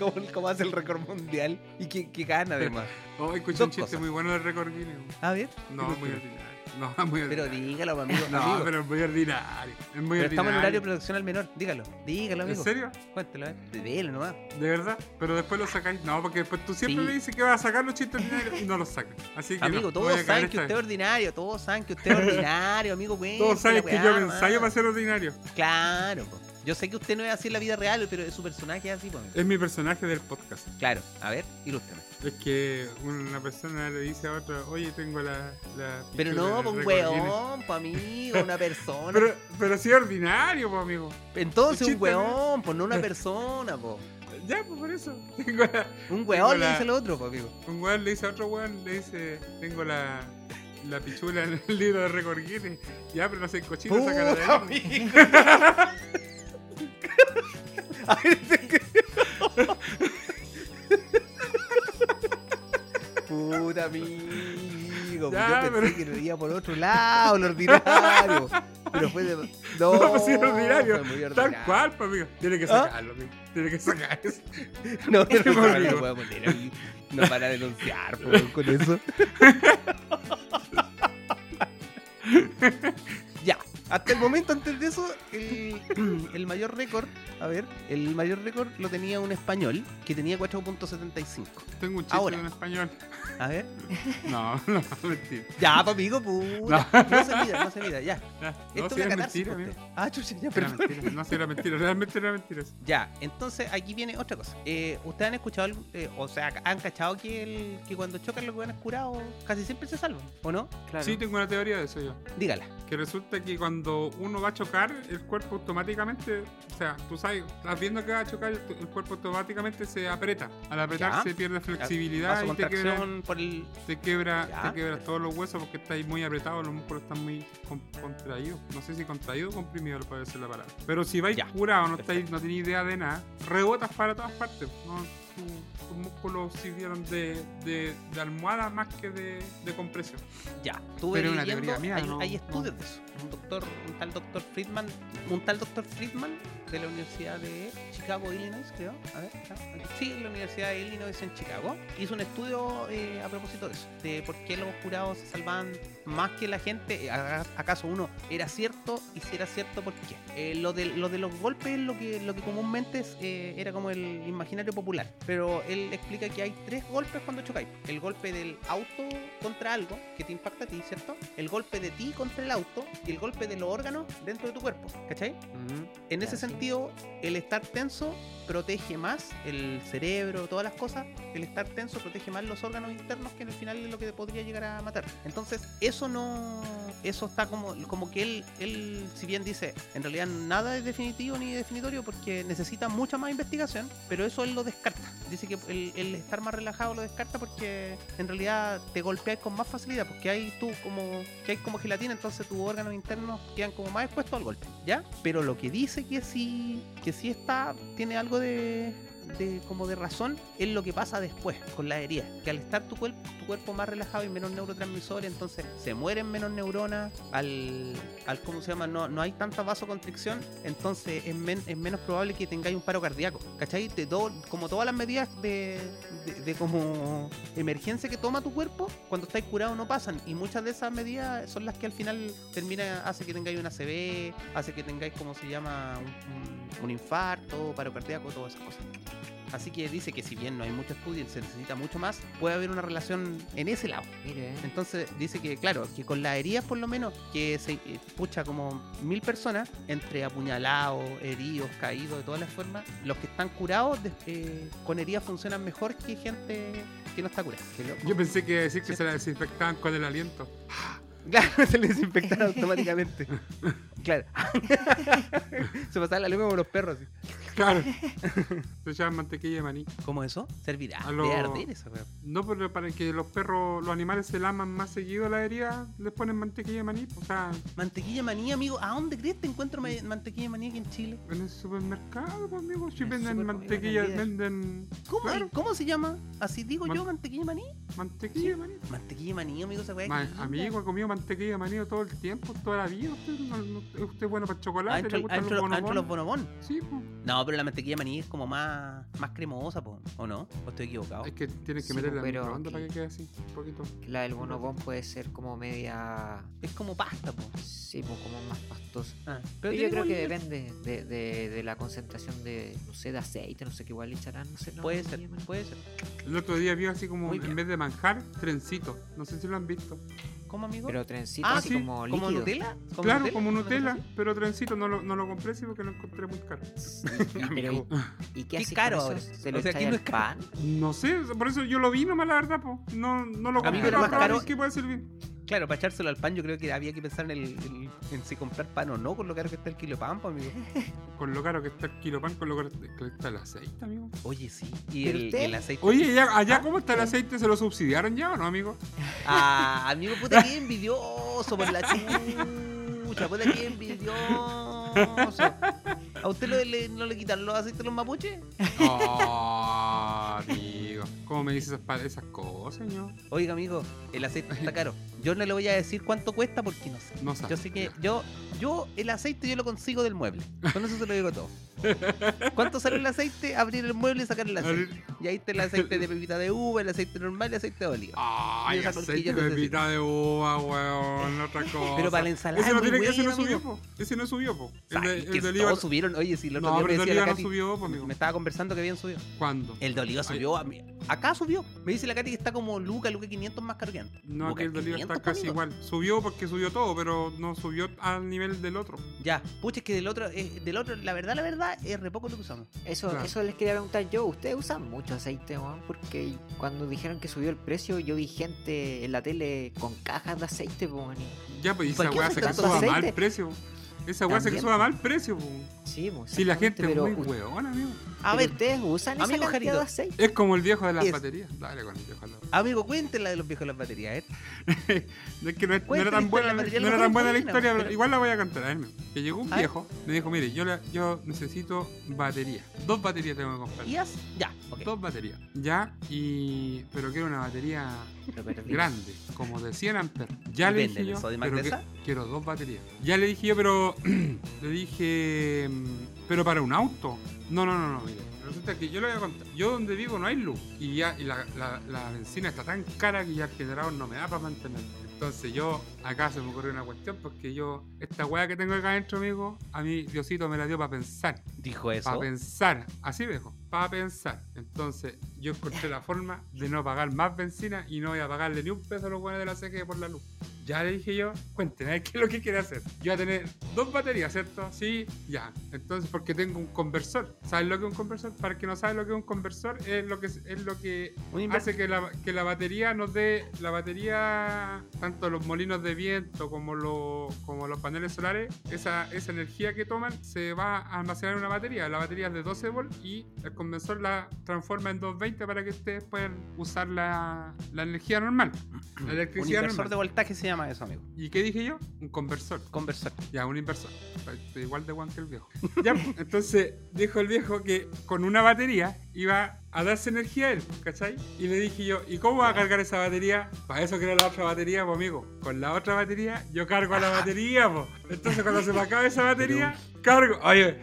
como, como hace el récord mundial. Y que, que gana además. Oh, escuché Dos un chiste cosas. muy bueno del récord Guinness. güey. A ver. No, muy ordinario. No, (laughs) muy Pero ordinario. dígalo, amigo. (laughs) No, amigo. pero es muy ordinario. Es muy Pero estamos en horario de ordinario. protección al menor. Dígalo. Dígalo, ¿En amigo. serio? Cuéntelo, eh. Dilo nomás. ¿De verdad? Pero después lo sacáis. No, porque después tú siempre Sí. me dices que vas a sacar los chistes ordinarios y no los sacas. Así que. Amigo, no, voy a todos caer saben esta que usted es vez. ordinario. Todos saben que (laughs) usted es ordinario, amigo. Todos cuéntela, saben que yo weá, me ensayo para nomás. ser ordinario. Claro, po. Yo sé que usted no es así en la vida real, pero su personaje es así, po. Es mi personaje del podcast. Claro. A ver, ilústrame. Es que una persona le dice a otra, oye, tengo la. la Pero pintura no, del po, un récord Guinness". weón, po, (laughs) amigo, una persona. Pero, pero sí es ordinario, pues, amigo. Entonces, un Chiste, ¿no? weón, pues no una persona, po. Ya, pues por eso. (laughs) Tengo la- Un Tengo weón le la- dice el otro, po, amigo. un weón le dice a otro weón, le dice, tengo la. La pichula en el libro de récord Guinness. Ya, pero no sé, cochino, Puta, sácala de ahí. amigo. A ver, este que- Puta amigo, Ya, yo pensé pero- que lo iría por otro lado, lo (laughs) ordinario. Pero fue de. No, (laughs) No, pues sí, ordinario. fue muy Tal ordinario. cual, pues, amigo. Tiene que ¿Ah? sacarlo, amigo. Tiene que sacar eso. (laughs) (laughs) No, no, no, no, Horrible. lo voy a poner ahí. Nos van a denunciar po, weón, con eso. ya. Hasta el momento antes de eso, el, (clears throat) el mayor récord, a ver, el mayor récord lo tenía un español que tenía 4.75. Tengo un chiste Ahora. en español. A ver. No, (laughs) no, mentira. Ya, pa, amigo, puta. No. se mida, no se mida, ya. Ya, Esto no, es sí, una era catarsis mentira, para amigo. usted. Ah, chucha, ya, Era perdón. mentira. No, sí, era mentira. Realmente era mentira. eso. Ya, entonces aquí viene otra cosa. Eh, ¿Ustedes han escuchado, algo- eh, o sea, han cachado que, el, que cuando chocan los hueones curados casi siempre se salvan, ¿o no? Claro. Sí, tengo una teoría de eso yo. Dígala. Que resulta que cuando uno va a chocar, el cuerpo automáticamente, o sea, tú sabes, estás viendo que va a chocar, el, el cuerpo automáticamente se aprieta. Al apretar Ya. se pierde flexibilidad y te quebra, contracción por el... te quebra, Ya, te quebra perfecto. todos los huesos porque estáis muy apretados, los músculos están muy con- contraídos. No sé si contraído o comprimido puede ser la palabra. Pero si vais Ya, curado, no perfecto. estáis, no tenéis idea de nada, rebotas para todas partes. No, Tu- tus músculos sirvieron de, de, de almohada más que de, de compresión. Ya, tuve Pero una leyendo, teoría mía, hay, no- hay no. estudios de eso. Un doctor, un tal doctor Friedman, un tal doctor Friedman de la Universidad de Chicago, Illinois, creo. A ver, está, aquí. sí, la Universidad de Illinois en Chicago. Hizo un estudio eh, a propósito de eso, de por qué los curados se salvaban más que la gente, eh, a- acaso uno era cierto y si era cierto, ¿por qué? Eh, lo, de, lo de los golpes es lo que, lo que comúnmente es, eh, era como el imaginario popular, pero él explica que hay tres golpes cuando chocáis. El golpe del auto contra algo que te impacta a ti, ¿cierto? El golpe de ti contra el auto y el golpe de los órganos dentro de tu cuerpo, ¿cachai? En ese Claro. sentido, el estar tenso protege más el cerebro, todas las cosas. El estar tenso protege más los órganos internos que en el final es lo que te podría llegar a matar. Entonces, eso no. Eso está como, como que él, él, si bien dice, en realidad nada es definitivo ni definitorio porque necesita mucha más investigación, pero eso él lo descarta. Dice que el, el estar más relajado lo descarta porque en realidad te golpeas con más facilidad, porque hay tú como que hay como gelatina, entonces tus órganos internos quedan como más expuestos al golpe, ¿ya? Pero lo que dice que sí, que sí está, tiene algo de, de- como de razón, es lo que pasa después con la herida, que al estar tu, cuerpo tu cuerpo más relajado y menos neurotransmisores, entonces se mueren menos neuronas, al, al ¿cómo se llama? No, no hay tanta vasoconstricción, entonces es, men- es menos probable que tengáis un paro cardíaco, ¿cachai? De todo, como todas las medidas de, de, de como emergencia que toma tu cuerpo, cuando estáis curado no pasan. Y muchas de esas medidas son las que al final termina, hace que tengáis una CB, hace que tengáis, como se llama, un, un- un infarto, paro cardíaco, todas esas cosas. Así que dice que si bien no hay mucho estudio y se necesita mucho más, puede haber una relación en ese lado. Mire, eh. Entonces dice que, claro, que con las heridas por lo menos, que se eh, pucha como mil personas, entre apuñalados, heridos, caídos, de todas las formas, los que están curados de- eh, con heridas funcionan mejor que gente que no está curada. Yo pensé que iba a decir que se la desinfectaban con (laughs) el aliento. (laughs) Claro, se le desinfectan (laughs) automáticamente. Claro. (laughs) se pasaba la lengua como los perros. así. Claro. Se echaban mantequilla de maní. ¿Cómo eso? Servirá. A lo- De arder esa weá. No, pero para que los perros, los animales se laman más seguido la herida, les ponen mantequilla de maní. O sea, Mantequilla manía, amigo. ¿A dónde crees que encuentro ma- Mm. mantequilla manía aquí en Chile? en el supermercado, pues, amigo, si El venden supermercado, mantequilla, líder. venden ¿Cómo, Claro. ¿Cómo se llama? Así digo Man- yo, mantequilla manía. mantequilla de maní. Mantequilla manía, amigo, esa weá. Ma- es Ah, amigo, gringa. ha comido mantequilla de maní todo el tiempo, toda la vida. Usted, no- no- usted es bueno para el Ah, chocolate, Adentro, le gustan adentro- los adentro bonobón. los bonobón. Sí, pues. No, pero la mantequilla maní es como más, más cremosa, po, ¿o no? ¿O estoy equivocado? Es que tienes que Oh. Sí, meterle pues, la pero microondas para aquí- que quede así, un poquito. La del bonobón puede ser como media. Es como pasta, po. Sí, pues como más pastosa. Ah, Pero yo tiene creo buen- que depende de, de, de la concentración de, no sé, de aceite, no sé qué igual le echarán, no sé. No, Puede no ser, llaman. puede ser. El otro día vio así como, Muy en bien. vez de manjar, trencito. No sé si lo han visto. ¿Cómo, amigo? Pero trencito Ah, así sí, como líquido. Nutella? claro, como ¿Una Nutella, cosa así? pero trencito no lo, no lo compré, sí, porque lo encontré muy caro. (laughs) Sí, y- pero ¿y, y qué Qué haces caro con ahora. eso? ¿Se lo O sea, aquí echáis no al es caro. pan? No sé, por eso yo lo vi nomás, la verdad, po. No, no lo compré Amigo, para lo más probar caro- qué puede servir. Claro, para echárselo al pan, yo creo que había que pensar en, el, el- en si comprar pan o no, con lo caro que está el kilo de pan, po, amigo. Con lo caro que está el kilo pan, con lo caro que está el aceite, amigo. Oye, sí. Ah, Y ¿Pero el, usted? el aceite. Oye, ya- allá cómo está el aceite, ¿se lo subsidiaron ya o no, (laughs) amigo? Ah, amigo, puta que envidioso por la chucha, puta que envidioso. ¿A usted lo- le- no le quitan los aceites los mapuches? Oh, amigo. ¿Cómo me dices esas, pa- esas cosas, señor? Oiga, amigo, el aceite está caro. Yo no le voy a decir cuánto cuesta porque no sé. No sabes. Yo sé que yo, yo el aceite yo lo consigo del mueble. Con eso se lo digo todo. ¿Cuánto sale el aceite? Abrir el mueble y sacar el aceite. Y ahí está el aceite de pepita de uva, el aceite normal y el aceite de Ah, oliva. Ay, Esa aceite tortilla de necesito. pepita de uva, weón, otra (laughs) cosa. Pero para la ensalada Ese no, es muy tiene, ese no bueno, subió, amigo. po. Ese no subió, po. El, de, Ay, el que de oliva. todos subieron. Oye, si el otro No, día pero me el decía de la oliva no Katy, subió, po, amigo. me estaba conversando que habían subido. ¿Cuándo? El de oliva Ay. subió. a mí- Acá subió. Me dice la Katy que está como Luca, Luca 500 más caro que antes. No, Luca que el de oliva 500, está casi amigo. igual. Subió porque subió todo, pero no subió al nivel del otro. Ya, pucha, es que del otro, eh, del otro, la verdad, la verdad, es re poco lo que usamos. Eso, Claro. eso les quería preguntar yo. ¿Ustedes usan mucho aceite, weón? Porque cuando dijeron que subió el precio, yo vi gente en la tele con cajas de aceite, weón. y- Ya, pues y ¿Para esa qué weá hace se que tanto suba mal aceite? precio. Esa weá se que También, suba po. mal precio, po. Sí, weón. Si la gente es muy u- weón, amigo. A pero ver, ¿ustedes usan esa amigo cantidad Jarito. de aceite? Es como el viejo de las Es- baterías. Dale con el viejo de las amigo, cuéntela de los viejos de las baterías, ¿eh? No es que no, es- no Cuenta era la tan buena, historia, la- pero ya no la era tan buena la cuenta, historia, pero pero- igual la voy a contar. A ver, que llegó un A ver. viejo, me dijo, mire, yo, la- yo necesito batería. Dos baterías tengo que comprar. Y haz- ya, ok. Dos baterías. Ya, y... Pero quiero una batería Lo perdí. grande, como de 100 amperes. Ya ¿Y le venden dije yo, eso de pero que- Magnesa? quiero dos baterías. Ya le dije yo, pero... (clears throat) le dije, mm, pero para un auto. No, no, no, no, mire. Resulta que yo le voy a contar. Yo donde vivo no hay luz. Y ya y la, la- la bencina está tan cara que ya el generador no me da para mantenerla. Entonces yo, acá se me ocurrió una cuestión, porque yo, esta weá que tengo acá adentro, amigo, a mí Diosito me la dio para pensar. Dijo eso. Para pensar, así me dijo, para pensar. Entonces, yo encontré la forma de no pagar más benzina y no voy a pagarle ni un peso a los buenos de la CG por la luz. Ya le dije yo, cuénteme, a ver ¿qué es lo que quiere hacer? Yo voy a tener dos baterías, ¿cierto? Sí, ya. Entonces, porque tengo un conversor. ¿Sabes lo que es un conversor? Para el que no sabe lo que es un conversor, es lo que, es lo que Un inver- hace que la, que la batería nos dé la batería tanto los molinos de viento como los como los paneles solares esa, esa energía que toman se va a almacenar en una batería la batería es de 12 volts y el conversor la transforma en 220 para que ustedes puedan usar la, la energía normal (clears throat) la Un electricidad inversor normal de voltaje se llama eso, amigo. ¿y qué dije yo? un conversor (laughs) Conversor. ya, un inversor. Estoy igual de guan que el viejo. (laughs) Ya, pues, entonces dijo el viejo que con una batería iba a darse energía a él, ¿cachai? Y le dije yo, ¿y cómo va a cargar esa batería? Para eso creo la otra batería, pues amigo. Con la otra batería yo cargo a la batería, pues. Entonces cuando se me acabe esa batería, cargo. Oye,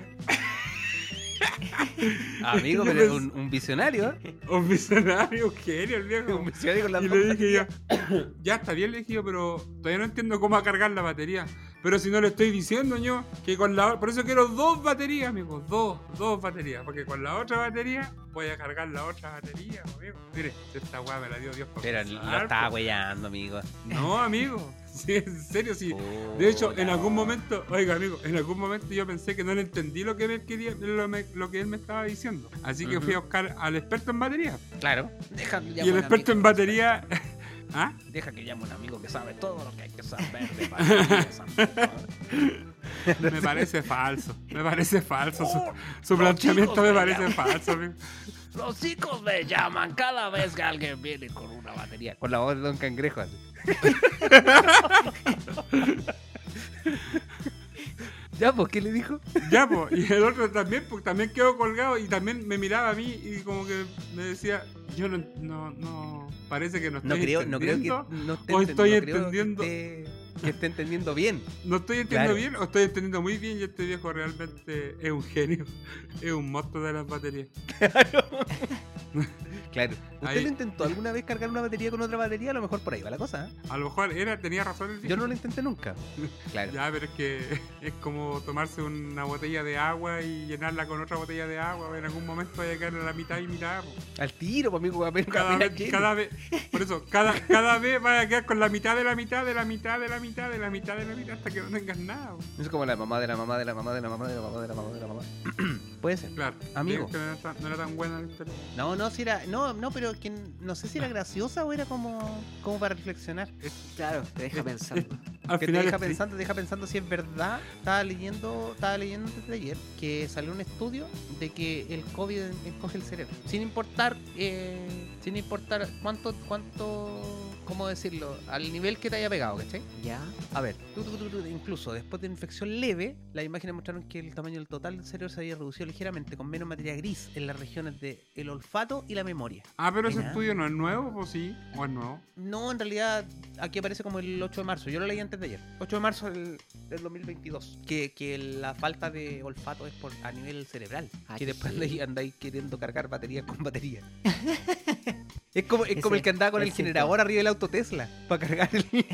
Amigo, Yo pero es pens- un, un visionario, (laughs) ¿eh? un visionario, un genio el viejo. (laughs) Un visionario con la Y le dije ya, (coughs) ya está bien, le dije yo, pero todavía no entiendo cómo va a cargar la batería. Pero si no le estoy diciendo yo, que con la o- Por eso quiero dos baterías, amigo. Dos, dos baterías. Porque con la otra batería voy a cargar la otra batería, amigo. Mire, esta weá me la dio Dios para Pero pensar, lo estaba po. weyando, amigo. Oh, No, amigo. (laughs) Sí, en serio, sí. De hecho, en algún momento, oiga amigo, en algún momento yo pensé que no le entendí lo que él quería, lo, me- lo que él me estaba diciendo. Así que Ujú. fui a buscar al experto en batería. Claro. Deja que y el experto en batería. (laughs) ¿Ah? Deja que llame un amigo que sabe todo lo que hay que saber de baterías, amigo. Me parece falso, me parece falso. Su, su los planteamiento chicos me de parece allá. falso. amigo. Los chicos me llaman cada vez que alguien viene con una batería. Con la voz de Don Cangrejo. así. (laughs) ya, pues, ¿qué le dijo? Ya, po, y el otro también, porque también quedó colgado y también me miraba a mí y como que me decía, yo no, no, no, parece que no estoy No creo, no creo que. entendiendo. No esté o enten- estoy no creo entendiendo- Que esté, que esté entendiendo bien. No estoy entendiendo Claro. bien o estoy entendiendo muy bien y este viejo realmente es un genio, (laughs) es un monstruo de las baterías. Claro. ¿Usted Ahí. lo intentó alguna vez cargar una batería con otra batería? A lo mejor por ahí va la cosa. ¿eh? A lo mejor era, tenía razón el Yo viejo. no lo intenté nunca. Claro. (laughs) Ya, pero es que (laughs) es como tomarse una botella de agua y llenarla con otra botella de agua. En algún momento hay que caer a la mitad y mirar. po. Al tiro, pues, amigo, apenas- (laughs) cada apenas vez, llegue. cada vez, por eso, cada, cada vez vas a quedar con la mitad de la mitad de la mitad de la mitad de la mitad de la mitad hasta que no tengas nada. bo. Es como la mamá de la mamá de la mamá de la mamá de la mamá de la mamá de la mamá. (clears throat) Puede ser. Claro, Amigo. digo que no era, tan, no era tan buena la historia. No, no, si era. No, no, pero que n- no sé si era graciosa o era como, como para reflexionar. Claro, te deja pensando. (laughs) Al que te final, deja este- pensando, te deja pensando si es verdad. Estaba leyendo, estaba leyendo antes de ayer que salió un estudio de que el COVID en- encoge el cerebro. Sin importar, eh, sin importar cuánto, cuánto, cómo decirlo, al nivel que te haya pegado, ¿cachai? ¿Ya? A ver, tu, tu, tu, tu, incluso después de una infección leve, las imágenes mostraron que el tamaño del total del cerebro se había reducido ligeramente, con menos materia gris en las regiones del el olfato y la memoria. Ah, pero ese Mira. estudio no es nuevo, o sí, o es nuevo. No, en realidad aquí aparece como el 8 de marzo. Yo lo leí antes de ayer. 8 de marzo del, del 2022. Que, que la falta de olfato es por a nivel cerebral. Ah, que qué después heavy. leí andáis queriendo cargar baterías con (laughs) batería. es como, es como Ese- el que andaba con el ese es generador arriba del auto Tesla. Para cargar el... (laughs)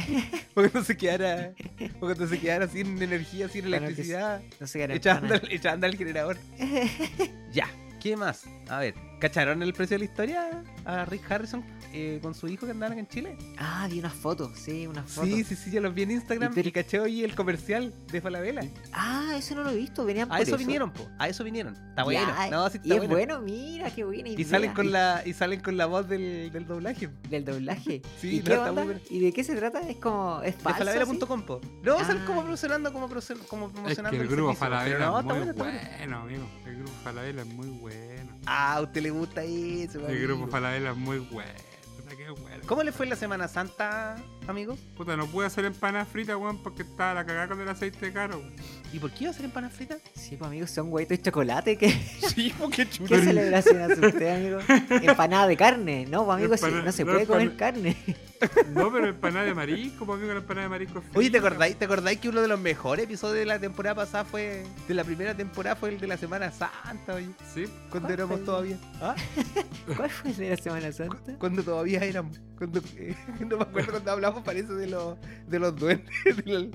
para que no se quedara, para que no se quedara sin energía, sin Para que electricidad. No sé qué era el Echa a pana. andar- echa a andar el generador. (laughs) Ya, ¿qué más? A ver, ¿cacharon el precio de la historia a Rick Harrison eh, con su hijo que andaban acá en Chile? Ah, vi unas fotos, sí, unas fotos. Sí, sí, sí, yo los vi en Instagram Y y, pero- cacheo y el comercial de Falabella. Ah, eso no lo he visto, venían A por Ah, eso, vinieron, po. A eso vinieron. Está bueno. Ya, No, sí, Y está es bueno. bueno, mira, qué buena idea. Y salen con la y salen con la voz del, del doblaje. Del doblaje. (laughs) Sí, ¿Y no, qué está muy onda? bueno. ¿Y de qué se trata? Es como... ¿Es De falso? así? falabella.com, po. No, salen Ah. como promocionando, como, proce- como Es promocionando que el el grupo servicio, pero Falabella no, es está muy bueno, bueno, está bueno. amigo. El grupo Falabella es muy bueno. Ah, a usted le gusta eso, El grupo amigo. Falabella es muy bueno. Puta, qué bueno. ¿Cómo le fue la Semana Santa, amigos? Puta, no pude hacer empanadas fritas, weón, porque estaba la cagada con el aceite caro. weón. ¿Y por qué iba a hacer empanadas fritas? Sí, pues amigos, son huevitos de chocolate. ¿Qué, (laughs) Sí, porque (laughs) qué (laughs) celebración hace usted, amigo? Empanada de carne. No, pues amigos, sí, Empana- no se no puede comer (laughs) empana- carne. No, pero empanada de marisco, pues amigo, la empanada de marisco. es Oye, ¿te frita. acordáis, ¿te acordáis que uno de los mejores episodios de la temporada pasada fue. de la primera temporada fue el de la Semana Santa, oye? Sí, Cuando éramos fue? todavía. ¿Ah? ¿Cuál fue el de la Semana Santa? Cuando todavía éramos. Cuando, eh, (laughs) no me acuerdo cuando hablamos, parece, de los, de los duendes. (laughs) del- del-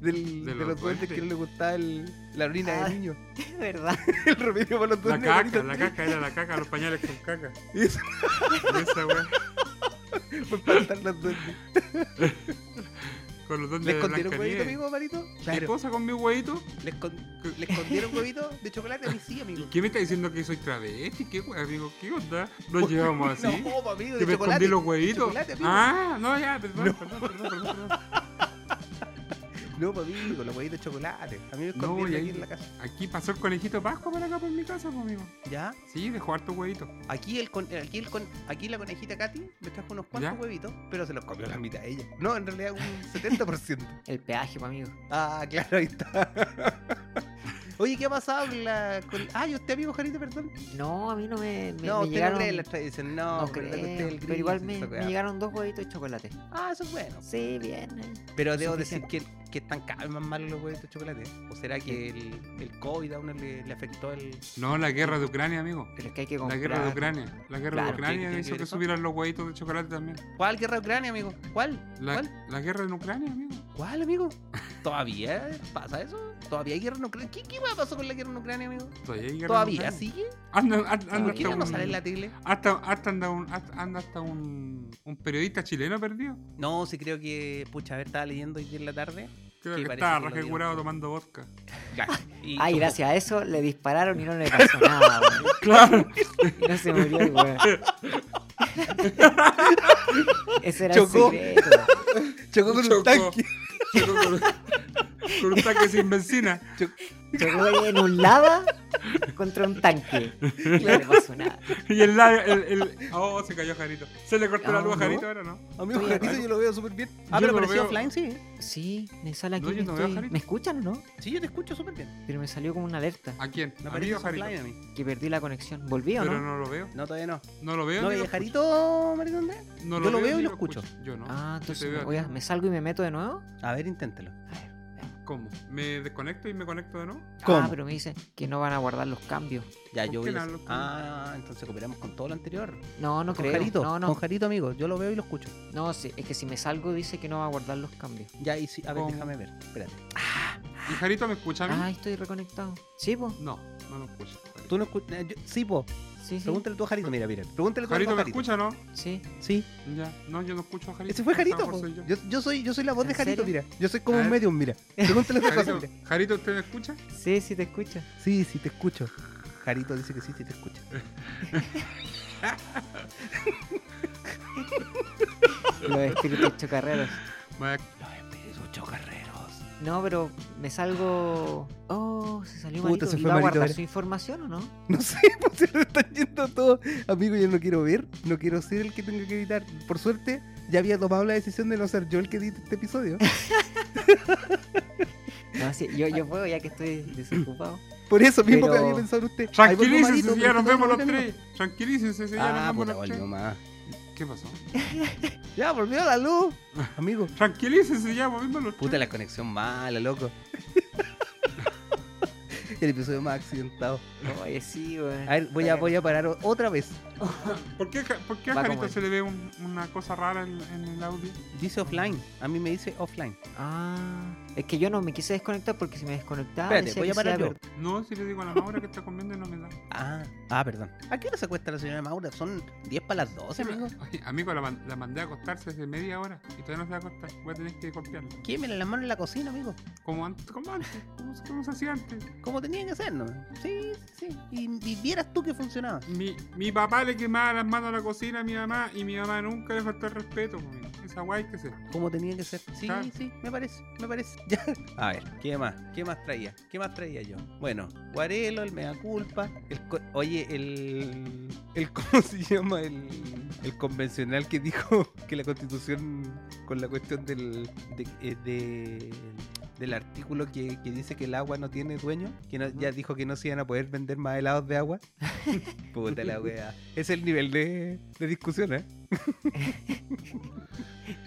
De de, los los duendes que duendes. le gustaba el- la orina Ah. del niño. (laughs) De verdad. El remedio para los la duendes. caca, orina. la caca era la caca, los pañales con caca. Y (laughs) eso Y esa weá, fue para estar los duendes. con los ¿Le donde escondieron huevito, amigo, Marito? ¿Qué cosa con mi huevito? ¿Le, escon- ¿Le escondieron huevito de chocolate? A mí sí, ¿Y amigo. ¿Qué me está diciendo que soy travesti? ¿Qué wea, amigo? ¿Qué onda? ¿Nos llevamos (laughs) así? No, po, amigo, de ¿Que chocolate. me escondí los huevitos? Chocolate, amigo. Ah, no, ya, perdón, perdón, perdón, perdón, perdón. No, pues amigo, los huevitos de chocolate. A mí me No, escondieron y aquí ahí- en la casa. Aquí pasó el conejito Pascua por acá por mi casa, pues, amigo. ¿Ya? Sí, dejó harto huevito. Aquí el con- aquí el con- aquí la conejita Katy me trajo unos cuantos ¿Ya? huevitos, pero se los comió la mitad ella. No, en realidad (laughs) un 70%. El peaje, pues, amigo. ah, claro, ahí (laughs) está. Oye, ¿qué ha pasado con la con... Ah, ¿y usted amigo Jarito, perdón? No, a mí no me, me, no, me usted llegaron. no cree en las tradiciones. No, no pero, creo, la cuestión del pero gris, igual me, esa me weá. llegaron dos huevitos de chocolate. Ah, eso es bueno. Sí, bien. eh. Pero debo Suficiente. decir que, que están cada vez más malos los huevitos de chocolate. ¿eh? ¿O será que el, el COVID a uno le, le afectó el... No, la guerra de Ucrania, amigo. Pero es que hay que La comprar. guerra de Ucrania. La guerra de Claro, ¿tiene- Ucrania tiene que hizo ver que eso? subieran los huevitos de chocolate también. ¿Cuál guerra de Ucrania, amigo? ¿Cuál? La, ¿Cuál? la guerra en Ucrania, amigo. ¿Cuál, amigo? (laughs) ¿Todavía pasa eso? ¿Todavía hay guerra en Ucrania? ¿Qué, qué hueá pasó con la guerra en Ucrania, amigo? Todavía hay guerra ¿Todavía en Ucrania. Ah, sigue? Anda, anda, anda ¿Por hasta qué ya no un- sale en la tele? Hasta, hasta anda un, hasta, anda hasta un, un periodista chileno perdido. No, sí creo que, pucha, a ver, estaba leyendo hoy en la tarde. Creo Sí, que parece estaba que lo raje dio. curado tomando vodka. Claro. y Ay, chocó. gracias a eso le dispararon y no le pasó nada, weón. (laughs) Claro. Y No se murió el (laughs) weón. Ese era Chocó. el secreto. Chocó con Chocó. un tanque. Chocó con, con un tanque sin benzina. Chocó en un lava contra un tanque. No le pasó nada. Y el labio. El, el- Oh, se cayó Jarito. Se le cortó la No, luz Oh, a no. Jarito ahora, ¿no? Amigo, Oye, Jarito yo lo veo súper bien. Ah, Yo pero lo apareció veo- offline, sí. Sí, me sale aquí. No, yo me no veo a estoy- Jarito. ¿Me escuchan o no? Sí, yo te escucho súper bien. Pero me salió como una alerta ¿A quién? Me ¿A mí apareció o Jarito? offline a mí. que perdí la conexión. ¿Volví o no? Pero no lo veo. No, todavía no. No lo veo. ¿No ni veis lo escucho. Jarito, Marito Andrés? No Yo lo veo ni y lo escucho. Yo no. Ah, Yo te entonces veo a voy a- ti. me salgo y me meto de nuevo. A ver, inténtalo. ¿Cómo? ¿Me desconecto y me conecto de nuevo? Ah, ¿Cómo? pero me dice que no van a guardar los cambios. Ya, ¿Con yo quién voy a... hablo? ¿Con- Ah, entonces cooperamos con todo lo anterior. No, no con creo. Jarito, No, con no. Jarito, amigo. Yo lo veo y lo escucho. No, sí, es que si me salgo dice que no va a guardar los cambios. Ya, y sí, a ver, ¿Cómo? déjame ver. Espérate. ¿Y Jarito me escucha a mí? Ah, estoy reconectado. Sí, po. No, no me escucha. Jarito. Tú no escuchas. Sí, po. Sí, sí. Pregúntale tú a Jarito, mira, mira. Pregúntale tú a Jarito me Jarito. escucha, ¿no? Sí. Sí. Ya, no, yo no escucho a Jarito. Ese fue A lo Jarito. mejor po. soy yo. Yo, yo soy, yo soy la voz ¿En de Jarito, serio? mira. Yo soy A como un ver. medium, mira. (laughs) Pregúntale otra cosa, Jarito, mira. Jarito, ¿usted me escucha? Sí, sí te escucho. Sí, sí, te escucho. Jarito dice que sí, sí, te escucha. Los (laughs) espíritus chocarreros. Vaya, Los este espíritus chocarreros. No, pero me salgo. Oh, se eh. salió Puta, Marito. se ¿Y fue va a Marito, guardar era. su información o no? (laughs) No sé, pues se lo están yendo todo. Amigo, yo no quiero ver. No quiero ser el que tenga que editar. Por suerte, ya había tomado la decisión de no ser yo el que edite este episodio. (laughs) No, sí, yo, yo puedo ya que estoy desocupado. Por eso mismo que Pero- había pensado en usted. Ahí volvió Marito, Tranquilícense, si ya pero está nos vemos los bien, amigo. tres. Tranquilícense, si ya Ah, nos puta, vemos los tres. volvió más. ¿Qué pasó? Ya, volvió la (laughs) luz. Amigo. Tranquilícense, ya nos vemos los Puta tres. la conexión mala, loco. (laughs) El episodio más accidentado. (laughs) Oye, sí, weón. A ver, voy a, voy a parar o- otra vez. ¿Por qué, Ja- por qué a Va como Jarito él. se le ve un- una cosa rara en, en el audio? Dice offline. A mí me dice offline. Ah. Es que yo no me quise desconectar porque si me desconectaba. Espérate, decía voy que a se parar iba yo. perder. No, si le digo a la Maura que está comiendo y no (laughs) me da. Ah, ah, perdón. ¿A qué hora se acuesta la señora Maura? Son 10 para las 12, amigo. Oye, amigo, la, man- la mandé a acostarse hace media hora y todavía no se va a acostar. Voy a tener que golpearla. Quémela la mano en la cocina, amigo. Como antes, como antes, como, se- como se hacía antes. Como tenían que hacer, ¿no? Sí, sí. sí. Y, y vieras tú que funcionaba. Mi, mi papá le quemaba las manos a la cocina a mi mamá y mi mamá nunca le faltó el respeto. po, amigo. Esa guay que se. Como tenía que ser. Sí, Claro. sí, me parece, me parece. (laughs) Ya. Ah. A ver, ¿qué más? ¿Qué más traía? ¿Qué más traía yo? Bueno, Guarelo, el Mea Culpa, el co- oye, el, el (laughs) ¿cómo se llama? El, el convencional que dijo que la constitución con la cuestión del de, eh, de- del artículo que, que dice que el agua no tiene dueño? Que no- ya dijo que no se iban a poder vender más helados de (laughs) agua. Puta la wea. Es el nivel de, de discusión, ¿eh?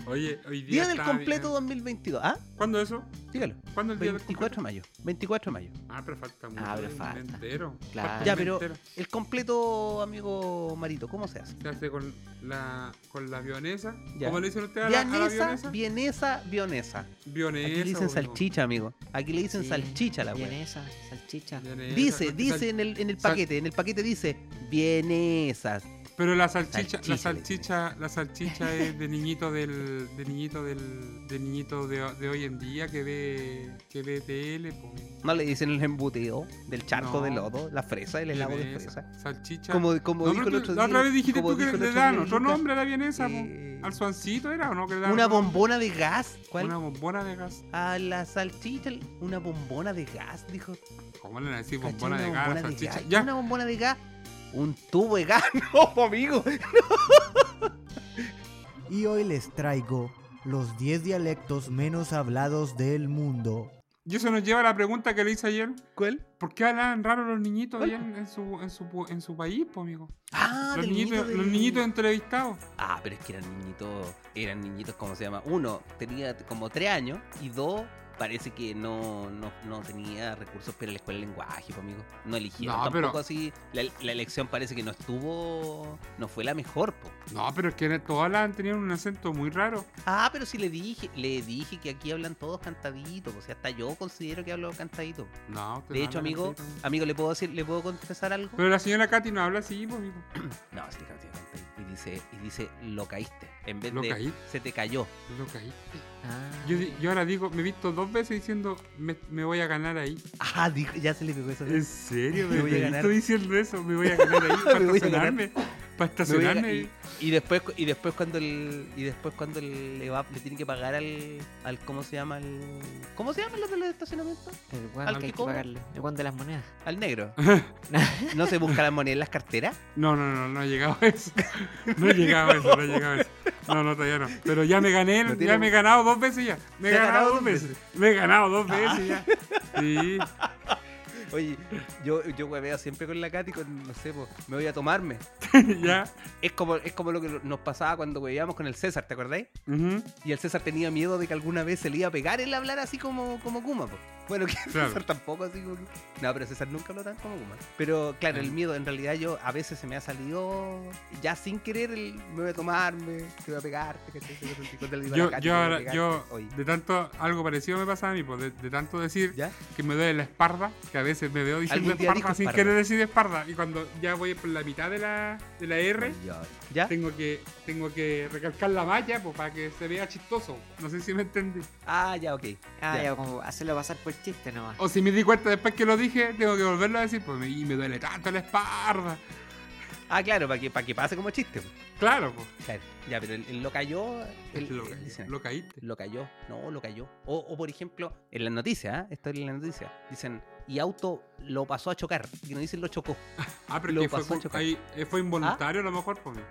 Oye, hoy día. Día del estaba completo viendo- 2022. ¿Ah? ¿Cuándo eso? Dígalo. ¿Cuándo el día del 24 de completo? mayo. 24 de mayo. Ah, pero falta mucho. pero el falta. Entero. Claro. Falta el Ya, mes pero entero. el completo, amigo Marito, ¿cómo se hace? Se hace con la, con la vionesa. Ya. ¿Cómo le dicen ustedes a la, a la Vianesa, vionesa? vienesa, vionesa. Vionesa. Aquí le dicen boludo. salchicha, amigo. Aquí le dicen Sí, salchicha a la wea. vienesa, salchicha. Vienesa, Dice, porque dice sal- en el, en el sal- paquete, en el paquete dice vienesas. Pero la salchicha, la Salchicha le dicen. salchicha, la salchicha es de niñito del, de niñito del, de niñito de, de hoy en día que ve, que ve tele, po. No le dicen el embutido del charco No. de lodo, la fresa, el helado de Vienesa, fresa. Salchicha. Como, como No, dijo pero el tú- otro la día. otra vez dijiste como tú que dijo le el otro daban día, otro Lucas, nombre a la vienesa, po. eh, Al suancito era o no que le daban Una otro nombre? bombona de gas. ¿Cuál? Una bombona de gas. A la salchicha, una bombona de gas, dijo. ¿Cómo le van a decir ¿Cachai? bombona de Una gas a la bombona de salchicha? gas, Ya, Una bombona de gas. Un tubo de gas. (laughs) No, po, amigo. Y hoy les traigo los 10 dialectos menos hablados del mundo. y eso nos lleva a la pregunta que le hice ayer. ¿Cuál? ¿Por qué hablan raro los niñitos ¿Cuál? allá en, en su, en, su, pu- en su país, po, amigo? Ah, los, del niñitos, niñito del- los niñitos entrevistados. Ah, pero es que eran niñitos, eran niñitos, ¿cómo se llama? Uno tenía como tres años y dos parece que no, no, no tenía recursos para la escuela de lenguaje, pues, amigo. No eligieron No, tampoco pero- así. La, la elección parece que no estuvo, no fue la mejor, po. No, pero es que todas las han tenido un acento muy raro. Ah, pero sí le dije, le dije que aquí hablan todos cantaditos, o sea, hasta yo considero que hablo cantadito. No, te De van hecho, a amigo, meter un- Eh. amigo, ¿le puedo decir, le puedo confesar algo? Pero la señora Katy no habla así, (coughs) po, amigo. No, sí, claro, sí, cantadito. y dice, y dice, lo caíste, en vez Lo de caí. se te cayó. Lo caí. Ah, Yo, di- yo ahora digo, me he visto dos veces diciendo, me, me voy a ganar ahí. Ah, (laughs) dijo, ya se le pegó eso. ¿En serio? Me ¿Me, voy a me ganar. Estoy diciendo eso, me voy a ganar (laughs) ahí para Me voy a estacionarme. Para Me voy a- estacionarme. y, y después cu- y después cuando el y después cuando el- le va le tiene que pagar al al cómo se llama al cómo se llama los del estacionamiento el guan Al que que hay que cobra. pagarle. El guan de las monedas. al (laughs) negro no se busca la moneda en las carteras No, no, no, no he llegado a eso. No he llegado a eso, no he llegado a eso. No, no, todavía no. Pero ya me gané, No tiene- ya me he ganado dos veces ya. Me he ¿Te has ganado, dos veces. Ah. Me he ganado dos veces ya. Sí. (laughs) oye yo yo hueveo siempre con la Katy con no sé po, me voy a tomarme ya. es como es como lo que nos pasaba cuando hueveábamos con el César ¿te acordáis? Ujú. y el César tenía miedo de que alguna vez se le iba a pegar el hablar así como como Kuma po. bueno que Claro. César tampoco así como que... No, pero César nunca habló tan como Kuma. Pero claro, el miedo, en realidad yo a veces se me ha salido ya sin querer el me voy a tomarme, te voy a pegar, te voy a pegar, te voy a pegar, Yo, te yo, voy a ahora, pegar". yo, Oye, de tanto, algo parecido me pasa a mí, pues, de, de tanto decir ¿Ya? que me duele la espalda, que a veces me veo diciendo Algún día dijo espalda sin espalda. querer decir espalda, y cuando ya voy por la mitad de la, de la R, ¿Ya? tengo que, tengo que recalcar la malla pues, para que se vea chistoso. No sé si me entendí. Ah, ya, ok. Ah, Ya. ya, como hacerlo pasar por chiste nomás. O si me di cuenta después que lo dije, tengo que volverlo a decir, pues me- y me duele tanto la espalda. Ah, claro, para que, para que pase como chiste. po. Claro, pues. Claro. Ya, pero el, el lo cayó. el- lo, el- caí- dicen- lo caíste. Lo cayó, no, lo cayó. O, o, por ejemplo, en las noticias, ¿ah? esto es en las noticias, dicen, y auto lo pasó a chocar, y no dicen lo chocó. Ah, pero lo que fue, pasó a con- chocar. ¿Ah? ahí- eh, fue involuntario a lo mejor, pues. mira.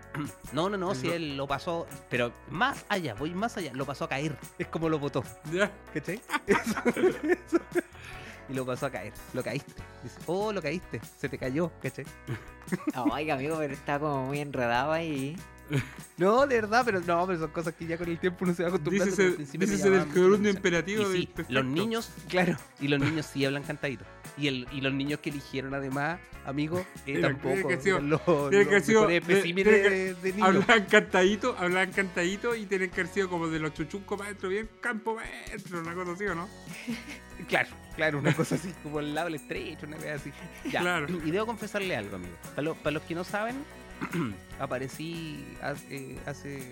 No, no, no, El si lo- él lo pasó, pero más allá, voy más allá, lo pasó a caer, es como lo botó, Ya. ¿cachai? Eso- eso. Y lo pasó a caer, lo caíste. Dice, oh, lo caíste, se te cayó, ¿cachai? Ah, Oiga, amigo, pero está como muy enredado ahí. No, de verdad, pero no, pero son cosas que ya con el tiempo uno se va acostumbrando. pero al Dícese, principio me dícese del llamaban mucho la columno atención. imperativo Y del sí, perfecto. los niños, claro, y los niños sí hablan cantadito. Y, el, y los niños que eligieron además, amigos, eh, Tiene- tampoco. tiene que haber sido- eran los, tiene que haber los sido- mejores tiene- especímenes tiene que- de, de niños. Hablaban cantadito, hablaban cantadito y tienen que haber sido como de los chuchucos maestro, bien campo maestro, una cosa así, ¿o no? Claro, claro, una cosa así, como el labio estrecho, una cosa así. Ya, Claro. y debo confesarle algo, amigo. Para, lo- para los que no saben, (clears throat) aparecí hace, hace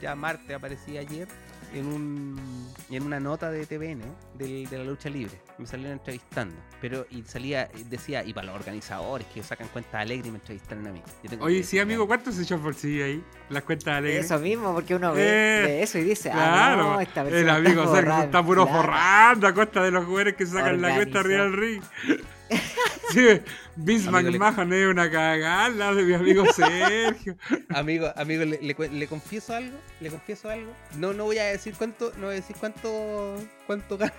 ya martes, aparecí ayer en, un, en una nota de TVN del- de la lucha libre. Me salieron entrevistando. Pero y salía, decía, y para los organizadores que sacan cuentas alegres y me entrevistaron a mí. Yo tengo que Oye, sí, decir, amigo, ¿cuánto se echó por sí ahí? Las cuentas alegres. Eso mismo, porque uno ve, Eh, ve eso y dice, ah, Claro, no, esta persona el amigo está Sergio forrada, está puro claro. forrando a costa de los jugadores que sacan la Organiza. (laughs) cuesta arriba del ring. Sí, Vince Amigo, le- McMahon es una cagada, la de (laughs) mi amigo Sergio. Amigo, amigo, le, le cu- le confieso algo, le confieso algo. No, no voy a decir cuánto, no voy a decir cuánto, cuánto gano.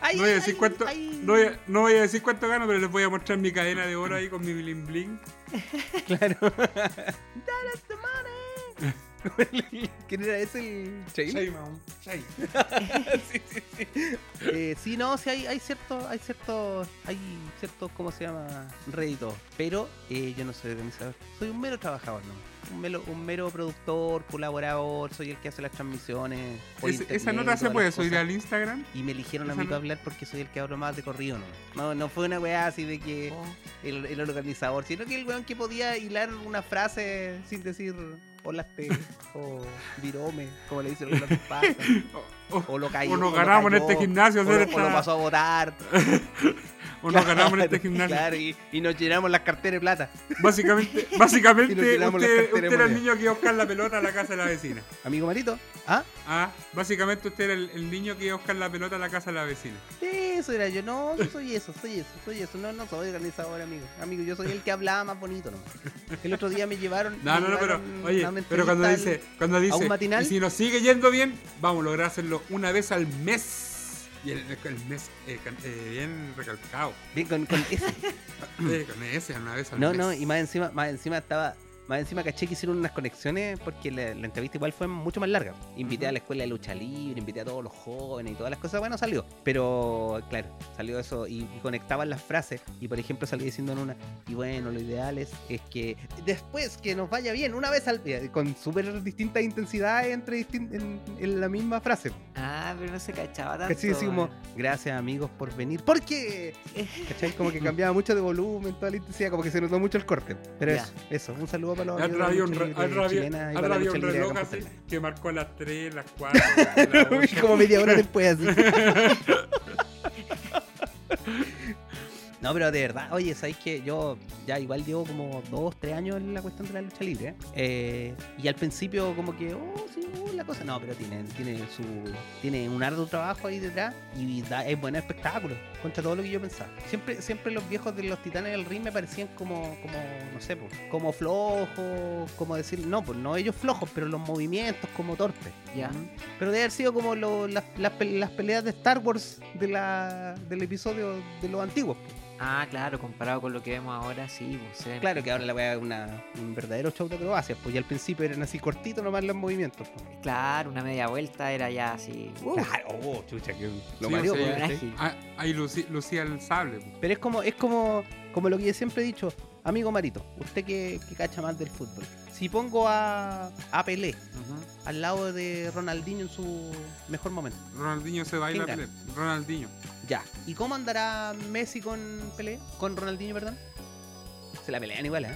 Ay, No voy a ay, decir cuánto, ay. no voy a, no voy a decir cuánto gano, pero les voy a mostrar mi cadena de oro ahí con mi bling bling. Claro. That is the money. (laughs) ¿Quién era ese? El Shane? Shame, shame. sí, sí, sí. Eh, sí, no, sí, hay, hay cierto, hay cierto, hay cierto, ¿cómo se llama? Rédito. Pero eh, yo no soy organizador. Soy un mero trabajador, ¿no? Un mero, un mero productor, colaborador, soy el que hace las transmisiones. por Es- esa internet, nota se todas puede las subir cosas. al Instagram. Y me eligieron a esa mí para no- hablar porque soy el que hablo más de corrido, ¿no? No, no fue una weá así de que Oh. el, el organizador, sino que el weón que podía hilar una frase sin decir hola (laughs) te o virome, como le dicen los pasa. O, o- O lo cayó. o nos lo ganamos en cayó, este gimnasio, O, lo- hacer o lo esta- pasó a votar. o (laughs) nos ganamos en este (laughs) Claro, gimnasio. Claro, y, y nos llenamos las carteras de plata. Básicamente, (laughs) Y nos básicamente tiramos las usted, carteras usted era el monedas. niño que iba a buscar la pelota a la casa de la vecina. Amigo Marito, ¿ah? Ah, básicamente usted era el, el niño que iba a buscar la pelota a la casa de la vecina. Eso era yo, no, yo soy eso, soy eso, soy eso, no, no soy organizador, amigo. Amigo, yo soy el que hablaba más bonito, ¿no? El otro día me llevaron. No, mm, me no, no, pero llevaron oye, una pero cuando entrevista al- dice, cuando dice, un matinal? y si nos sigue yendo bien, vamos a lograr hacerlo una vez al mes. Y el, el mes eh, can- eh, bien recalcado. Bien, con, con ese- Eh, con ese, una vez al Mm. No, mes. no, y más encima, más encima estaba. Más encima caché que hicieron unas conexiones porque la, la entrevista igual fue mucho más larga. Invité a la escuela de lucha libre, invité a todos los jóvenes y todas las cosas. Bueno, salió. Pero, claro, salió eso y, y conectaban las frases. Y, por ejemplo, salí diciendo en una, y bueno, lo ideal es, es que después que nos vaya bien, una vez al eh, con súper distintas intensidades entre distin- en, en la misma frase. Ah, pero no se cachaba tanto. eh. Así, así como, weón. gracias amigos por venir. ¿Por (laughs) qué? ¿Cachai? Como que cambiaba mucho de volumen, toda la intensidad, como que se notó mucho el corte. Pero Ya. eso, eso, un saludo para los amigos Al de la radio un, lucha re- libre al radio- chilena y al para la radio lucha un libre de reloj Campo así Salado. que marcó las (laughs) 3, las 4, las 8. como media hora después así. No, pero de verdad, oye, sabéis que yo ya igual llevo como dos, tres años en la cuestión de la lucha libre. ¿eh? Eh, y al principio como que, oh, sí, uh, la cosa. No, pero tiene, tiene su. Tiene un arduo trabajo ahí detrás y da- es buen espectáculo. Contra todo lo que yo pensaba. Siempre, siempre los viejos de los titanes del ring me parecían como, como, no sé, pues, como flojos, como decir, no, pues no ellos flojos, pero los movimientos como torpes. Ya. Pero debe haber sido como lo- las, las pe- las peleas de Star Wars de la, del episodio de los antiguos. pues. Ah, claro, comparado con lo que vemos ahora, sí, pues, se ven Claro que ahora la weá es una- un verdadero show de acrobacias, pues ya al principio eran así cortitos nomás los movimientos. pues. Claro, una media vuelta era ya así. ¡uh! Claro, oh, chucha, que lo Sí, parió, o pues, sea, weón, ¿cachai? ágil. Ah, Ahí lucí- lucía el sable. po. Pero es como, es como, como lo que yo siempre he dicho, amigo Marito, usted que, que cacha más del fútbol. Si pongo a, a Pelé Ujú. al lado de Ronaldinho en su mejor momento, Ronaldinho se baila. ¿Quién Pelé. Ronaldinho. Ya. ¿Y cómo andará Messi con Pelé? Con Ronaldinho, perdón. Se la pelean igual, ¿eh?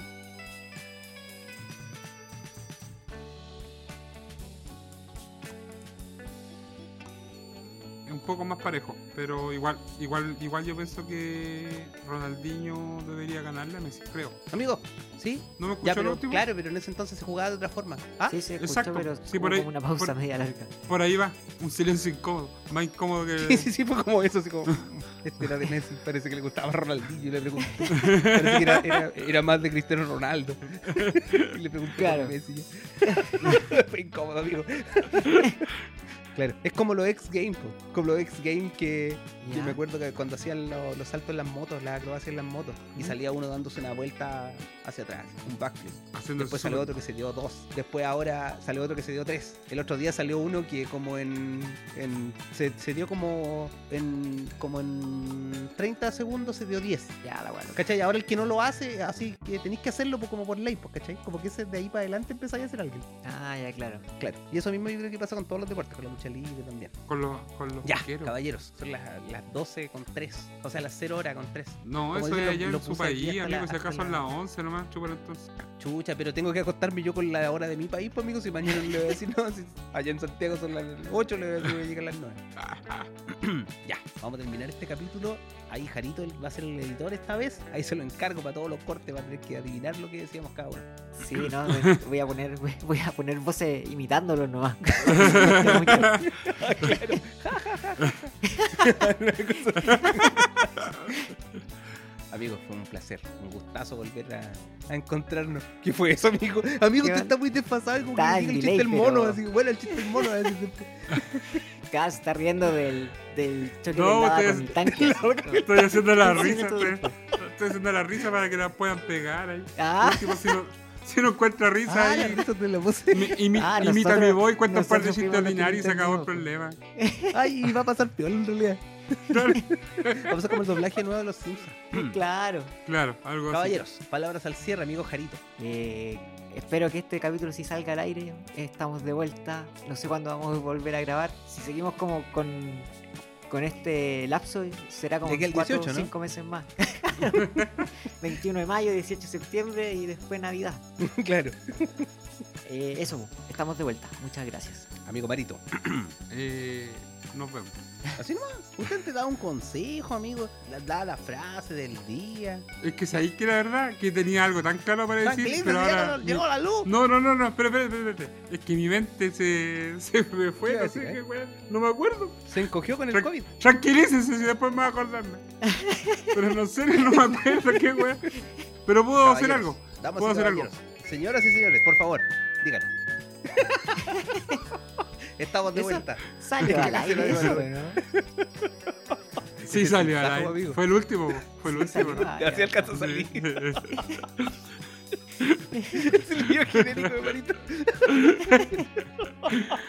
Es un poco más parejo. Pero igual, igual, igual yo pienso que Ronaldinho debería ganarle a Messi, creo. Amigo, ¿sí? ¿No me Ya, escuchó lo pero último? claro, pero en ese entonces se jugaba de otra forma. ¿Ah? Sí, se escuchó, Exacto. pero Sí, hubo por ahí- como una pausa por- media larga. Por ahí va. Un silencio incómodo. Más incómodo que. (laughs) Sí, sí, sí, fue como eso, así como. Este era de Messi, parece que le gustaba Ronaldinho y le preguntó. Parece que era, era- era más de Cristiano Ronaldo. Y le preguntó Claro. por Messi. Fue incómodo, amigo. Claro, es como los ex games como los ex games que, que Ya. me acuerdo que cuando hacían lo- los saltos en las motos, las acrobacias en las motos, y Ujú. salía uno dándose una vuelta hacia atrás, un backflip. Haciendo el Después salió super- otro que se dio dos. Después ahora salió otro que se dio tres. El otro día salió uno que como en. en- se, se dio como en. como en 30 segundos se dio 10. Ya, la guarda. ¿Cachai? Ahora el que no lo hace, así que tenéis que hacerlo po- como por ley, pues, ¿cachai? Como que ese de ahí para adelante empezáis a hacer alguien. Ah, ya, (laughs) claro. Claro. Y eso mismo yo creo que pasa con todos los deportes, con la lucha libre también. Con los, con los Ya, vaqueros. caballeros, son las, las 12 con 3. O sea, las 0 horas con 3. No, Como eso dicen es los- allá en los su puse aquí país, hasta la- amigo. Si hasta acaso la- en las 11 nomás, chúpalo (laughs) entonces. Chucha, pero tengo que acostarme yo con la hora de mi país, pues amigo, si mañana le voy a decir, (laughs) no, si allá en Santiago son las 8, le voy a decir, voy a llegar a las 9. (laughs) ya, vamos a terminar este capítulo. Ahí Jarito va a ser el editor esta vez. Ahí se lo encargo para todos los cortes, va a tener que adivinar lo que decíamos cada uno. Sí, no, me- voy a poner, voy a poner voces imitándolo (laughs) nomás. claro. Amigos, fue un placer, un gustazo volver a, a encontrarnos. ¿Qué fue eso, amigo? Amigo, ¿Qué tú onda? estás muy desfasado, como que Está me en diga el chiste delay, del mono, pero- así, bueno, el chiste del mono. a veces después. Gas está riendo del, del choque No, de lava ustedes- con el (laughs) tanque. así. Estoy haciendo la Sí, risa. estoy- Estoy, estoy haciendo la risa para que la puedan pegar ahí. (laughs) Ah. Último, si, no, si no encuentra risa Ah, la (laughs) ahí. risa de la voz. imi- imi- Ah, imita a nosotros- mi voz y cuenta un par de nosotros chistes fuimos los que ordinarios y se acabó el problema. entendimos. Ay, y va a pasar peor en realidad. Claro, Vamos a como el doblaje nuevo de los Simpsons. Claro. claro, algo así. Caballeros, palabras al cierre, amigo (laughs) Jarito. Eh, espero que este capítulo sí salga al aire. Estamos de vuelta. No sé cuándo vamos a volver a grabar. Si seguimos como con, con este lapso, será como De aquí al 4 o 18, ¿no? 5 meses más. (laughs) 21 de mayo, 18 de septiembre y después Navidad. claro. Eh, eso, estamos de vuelta. Muchas gracias. Amigo Marito. Eh, nos vemos. Así nomás, usted te da un consejo, amigo. La- Da la frase del día. Es que sabéis que la verdad que tenía algo tan claro para San decir, Clemente, Eh, pero llegó- ahora. llegó la luz. No, no, no, no, espera, espera, espera, espera. Es que mi mente se, (laughs) se me ¿Qué fue, iba a no decir, sé eh? qué weá. No me acuerdo. Se encogió con el Tra- COVID. Tranquilícense si después me va (laughs) a acordarme. Pero no sé, no me acuerdo qué weá. Pero puedo hacer Caballeros, algo. damas y Puedo hacer algo. caballeros, Señoras y señores, por favor, (laughs) díganlo. Estamos de Eso- (laughs) vuelta. Salió al aire eso, ¿no? (laughs) Sí, salió Saco, al aire. amigo. Fue el último, fue el último. Salió al Así aire. alcanzó a salir. Es el video (laughs) genérico de Marito.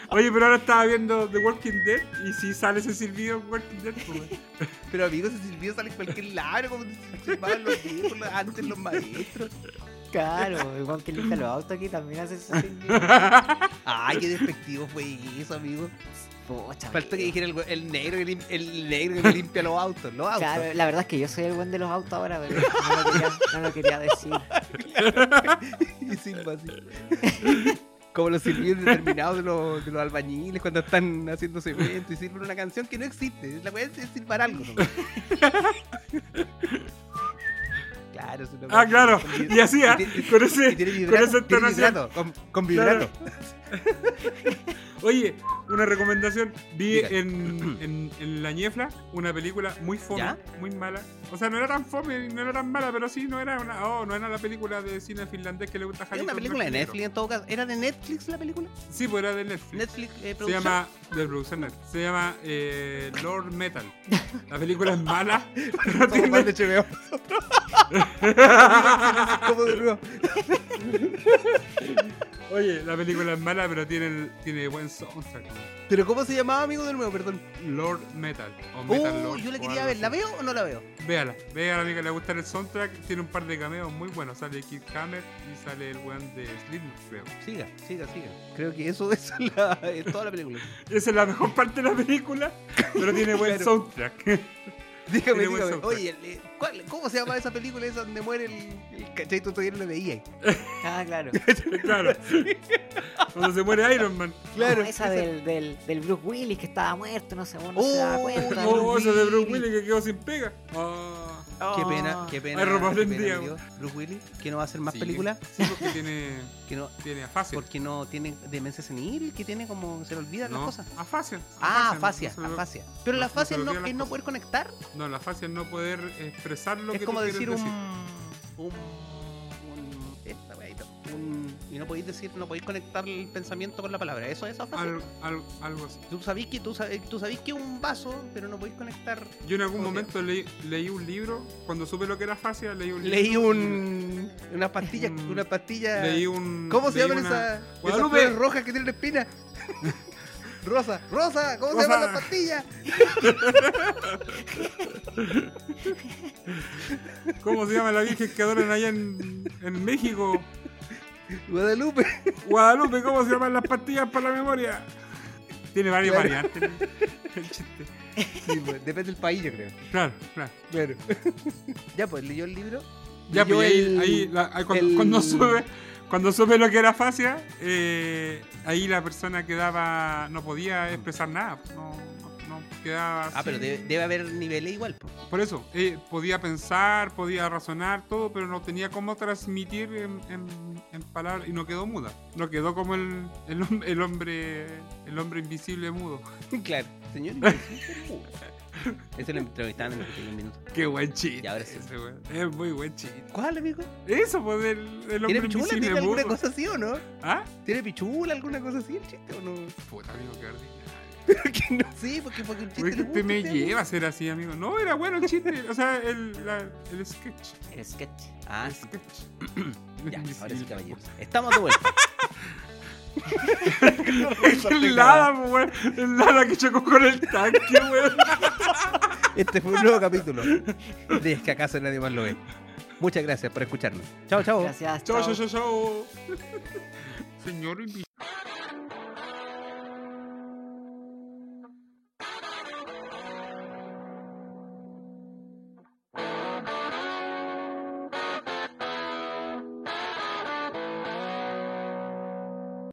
Oye, pero ahora estaba viendo The Walking Dead y si sale ese silbido en Walking Dead, pues, weá. Pero amigos, ese silbido sale en cualquier lado, como se filmaban los viejos, los- antes los maestros. Claro, igual que limpia los autos aquí también hace eso. (laughs) Ay, qué despectivo fue eso, amigo. Pocha, Falta que amigo. dijera el, we- el negro que lim- el negro que limpia los autos, los autos. Claro, la verdad es que yo soy el buen de los autos ahora, pero no lo quería, no lo quería decir. (laughs) Y silba pues, así. (laughs) Como los silbidos determinados de los, de los albañiles cuando están haciendo cemento y sirven una canción que no existe. La weá es es silbar algo. nomás. (laughs) claro, es una Ah, weá. claro. Con vi- Y así, ¿ah? y tiene- Con y ese, tiene con vibrato, esa tiene entonación. vibrato, con, con vibrato. Oye, una recomendación. Vi Dígale. en, en, en La Niebla una película muy fome, ¿Ya? muy mala. O sea, no era tan fome, no era tan mala, pero sí, no era una, oh, no era la película de cine finlandés que le gusta a Era Jalito, una en película de blanco y negro. Netflix en todo caso. ¿Era de Netflix la película? Sí, pues era de Netflix. Netflix eh, Se producción. llama, de producción Netflix. Se llama eh, Lord Metal. La película es (laughs) mala, pero Somos más tiene, de HBO nosotros. Como de nuevo. oye, la película es mala, pero tiene, tiene buen soundtrack. ¿no? Pero ¿cómo se llamaba, amigo, de nuevo? Perdón. Lord Metal. O Metal Oh, Lord, yo la o quería algo ver. ¿La así. veo o no la veo? Véala, véala amiga, le va a gustar el soundtrack, tiene un par de cameos muy buenos, sale Kid Hammer y sale el weón de Slipknot, creo. Siga, siga, siga. Creo que eso (laughs) es, la, es toda la película. Esa es la mejor parte de la película, pero tiene buen Claro. soundtrack. (laughs) Dígame, Tiene buen (laughs) dígame. soundtrack. Oye, el- eh, ¿cuál- ¿cómo se llama esa película esa donde muere el, el cachai? Tú todavía no la veías. Ah, claro. claro. Cuando se muere Iron Man. (laughs) Claro, Como esa del, del, del Bruce Willis que estaba muerto, no sé, uno no se da Oh, cuenta. Bruce Oh, esa de Bruce Willis. Willis que quedó sin pega. Ah, Qué pena, qué pena. Ay, Román qué pena, Díaz. amigo. Bruce Willis, que no va a hacer más sí. películas, (laughs) Sí, porque tiene, que no, tiene afasia. porque no tiene demencia senil, que tiene como se le olvidan no, las cosas. Afasia. Ah, no- afasia, no se lo- afasia. Pero no la se me afasia no, olvidan las es no cosas. poder conectar. No, la afasia es no poder expresar lo es que como tú quieres decir un, un. un- esta weadita, un- Y no podéis decir, no podéis conectar el pensamiento con la palabra. Eso es afasia. Al- al- algo así. Tú sabís que tú sabés, tú sabís que es un vaso, pero no podéis conectar. Yo en algún O sea- momento leí, leí un libro, cuando supe lo que era fascia, leí un libro. Leí un una pastilla, Mm. una pastilla. Leí un. ¿Cómo se leí llaman una- esas- esas Guadalupe. flores rojas que tienen espina? (laughs) Rosa, Rosa, ¿cómo se Rosa. llaman las pastillas? ¿Cómo se llama la virgen que adoran allá en, en México? Guadalupe. Guadalupe, ¿cómo se llaman las pastillas para la memoria? Tiene varias Claro. variantes. El chiste. (laughs) Sí, pues, depende del país, yo creo. Claro, claro. Claro. (laughs) ya, pues leyó el libro. Ya, Yo pues ahí, el- ahí la- ahí cuando, el- cuando supe, cuando supe lo que era fascia, eh, ahí la persona quedaba. no podía expresar nada. No, no no quedaba. Ah, pero así. debe, debe haber niveles igual, pues. (laughs) Por eso, eh, podía pensar, podía razonar, todo, pero no tenía cómo transmitir en, en- en palabras y no quedó muda. No quedó como el, (laughs) el, hom- el hombre el hombre invisible mudo. pues, Claro, señor. Ese lo entrevistaban en los pequeños minutos. Qué buen chiste. Ya, ahora sí. ese, weón. Es muy buen chiste. ¿Cuál, amigo? Eso, pues, del, del hombre ¿Tiene pichula? invisible. ¿Tiene alguna mudo. cosa así o no? ¿Ah? ¿Tiene pichula? ¿Alguna cosa así el chiste o (laughs) no? Puta, amigo, qué ordinario. Porque no sé, porque, porque el chiste Uy, que le gusta usted me a usted, lleva a ser así, amigo. No, era bueno el chiste. O sea, el, la- el sketch. El sketch. amigo. Ah, sí. sketch. Ya, (laughs) ahora sí, caballeros. Estamos de vuelta. El Lada, po, weón. El Lada que chocó con el tanque, weón. Este fue un nuevo capítulo. De Es que acaso nadie más lo ve. Muchas gracias por escucharnos. Oh, Chao, chao. Gracias. Chau, chao. chau, chau, chau. Señor invisible.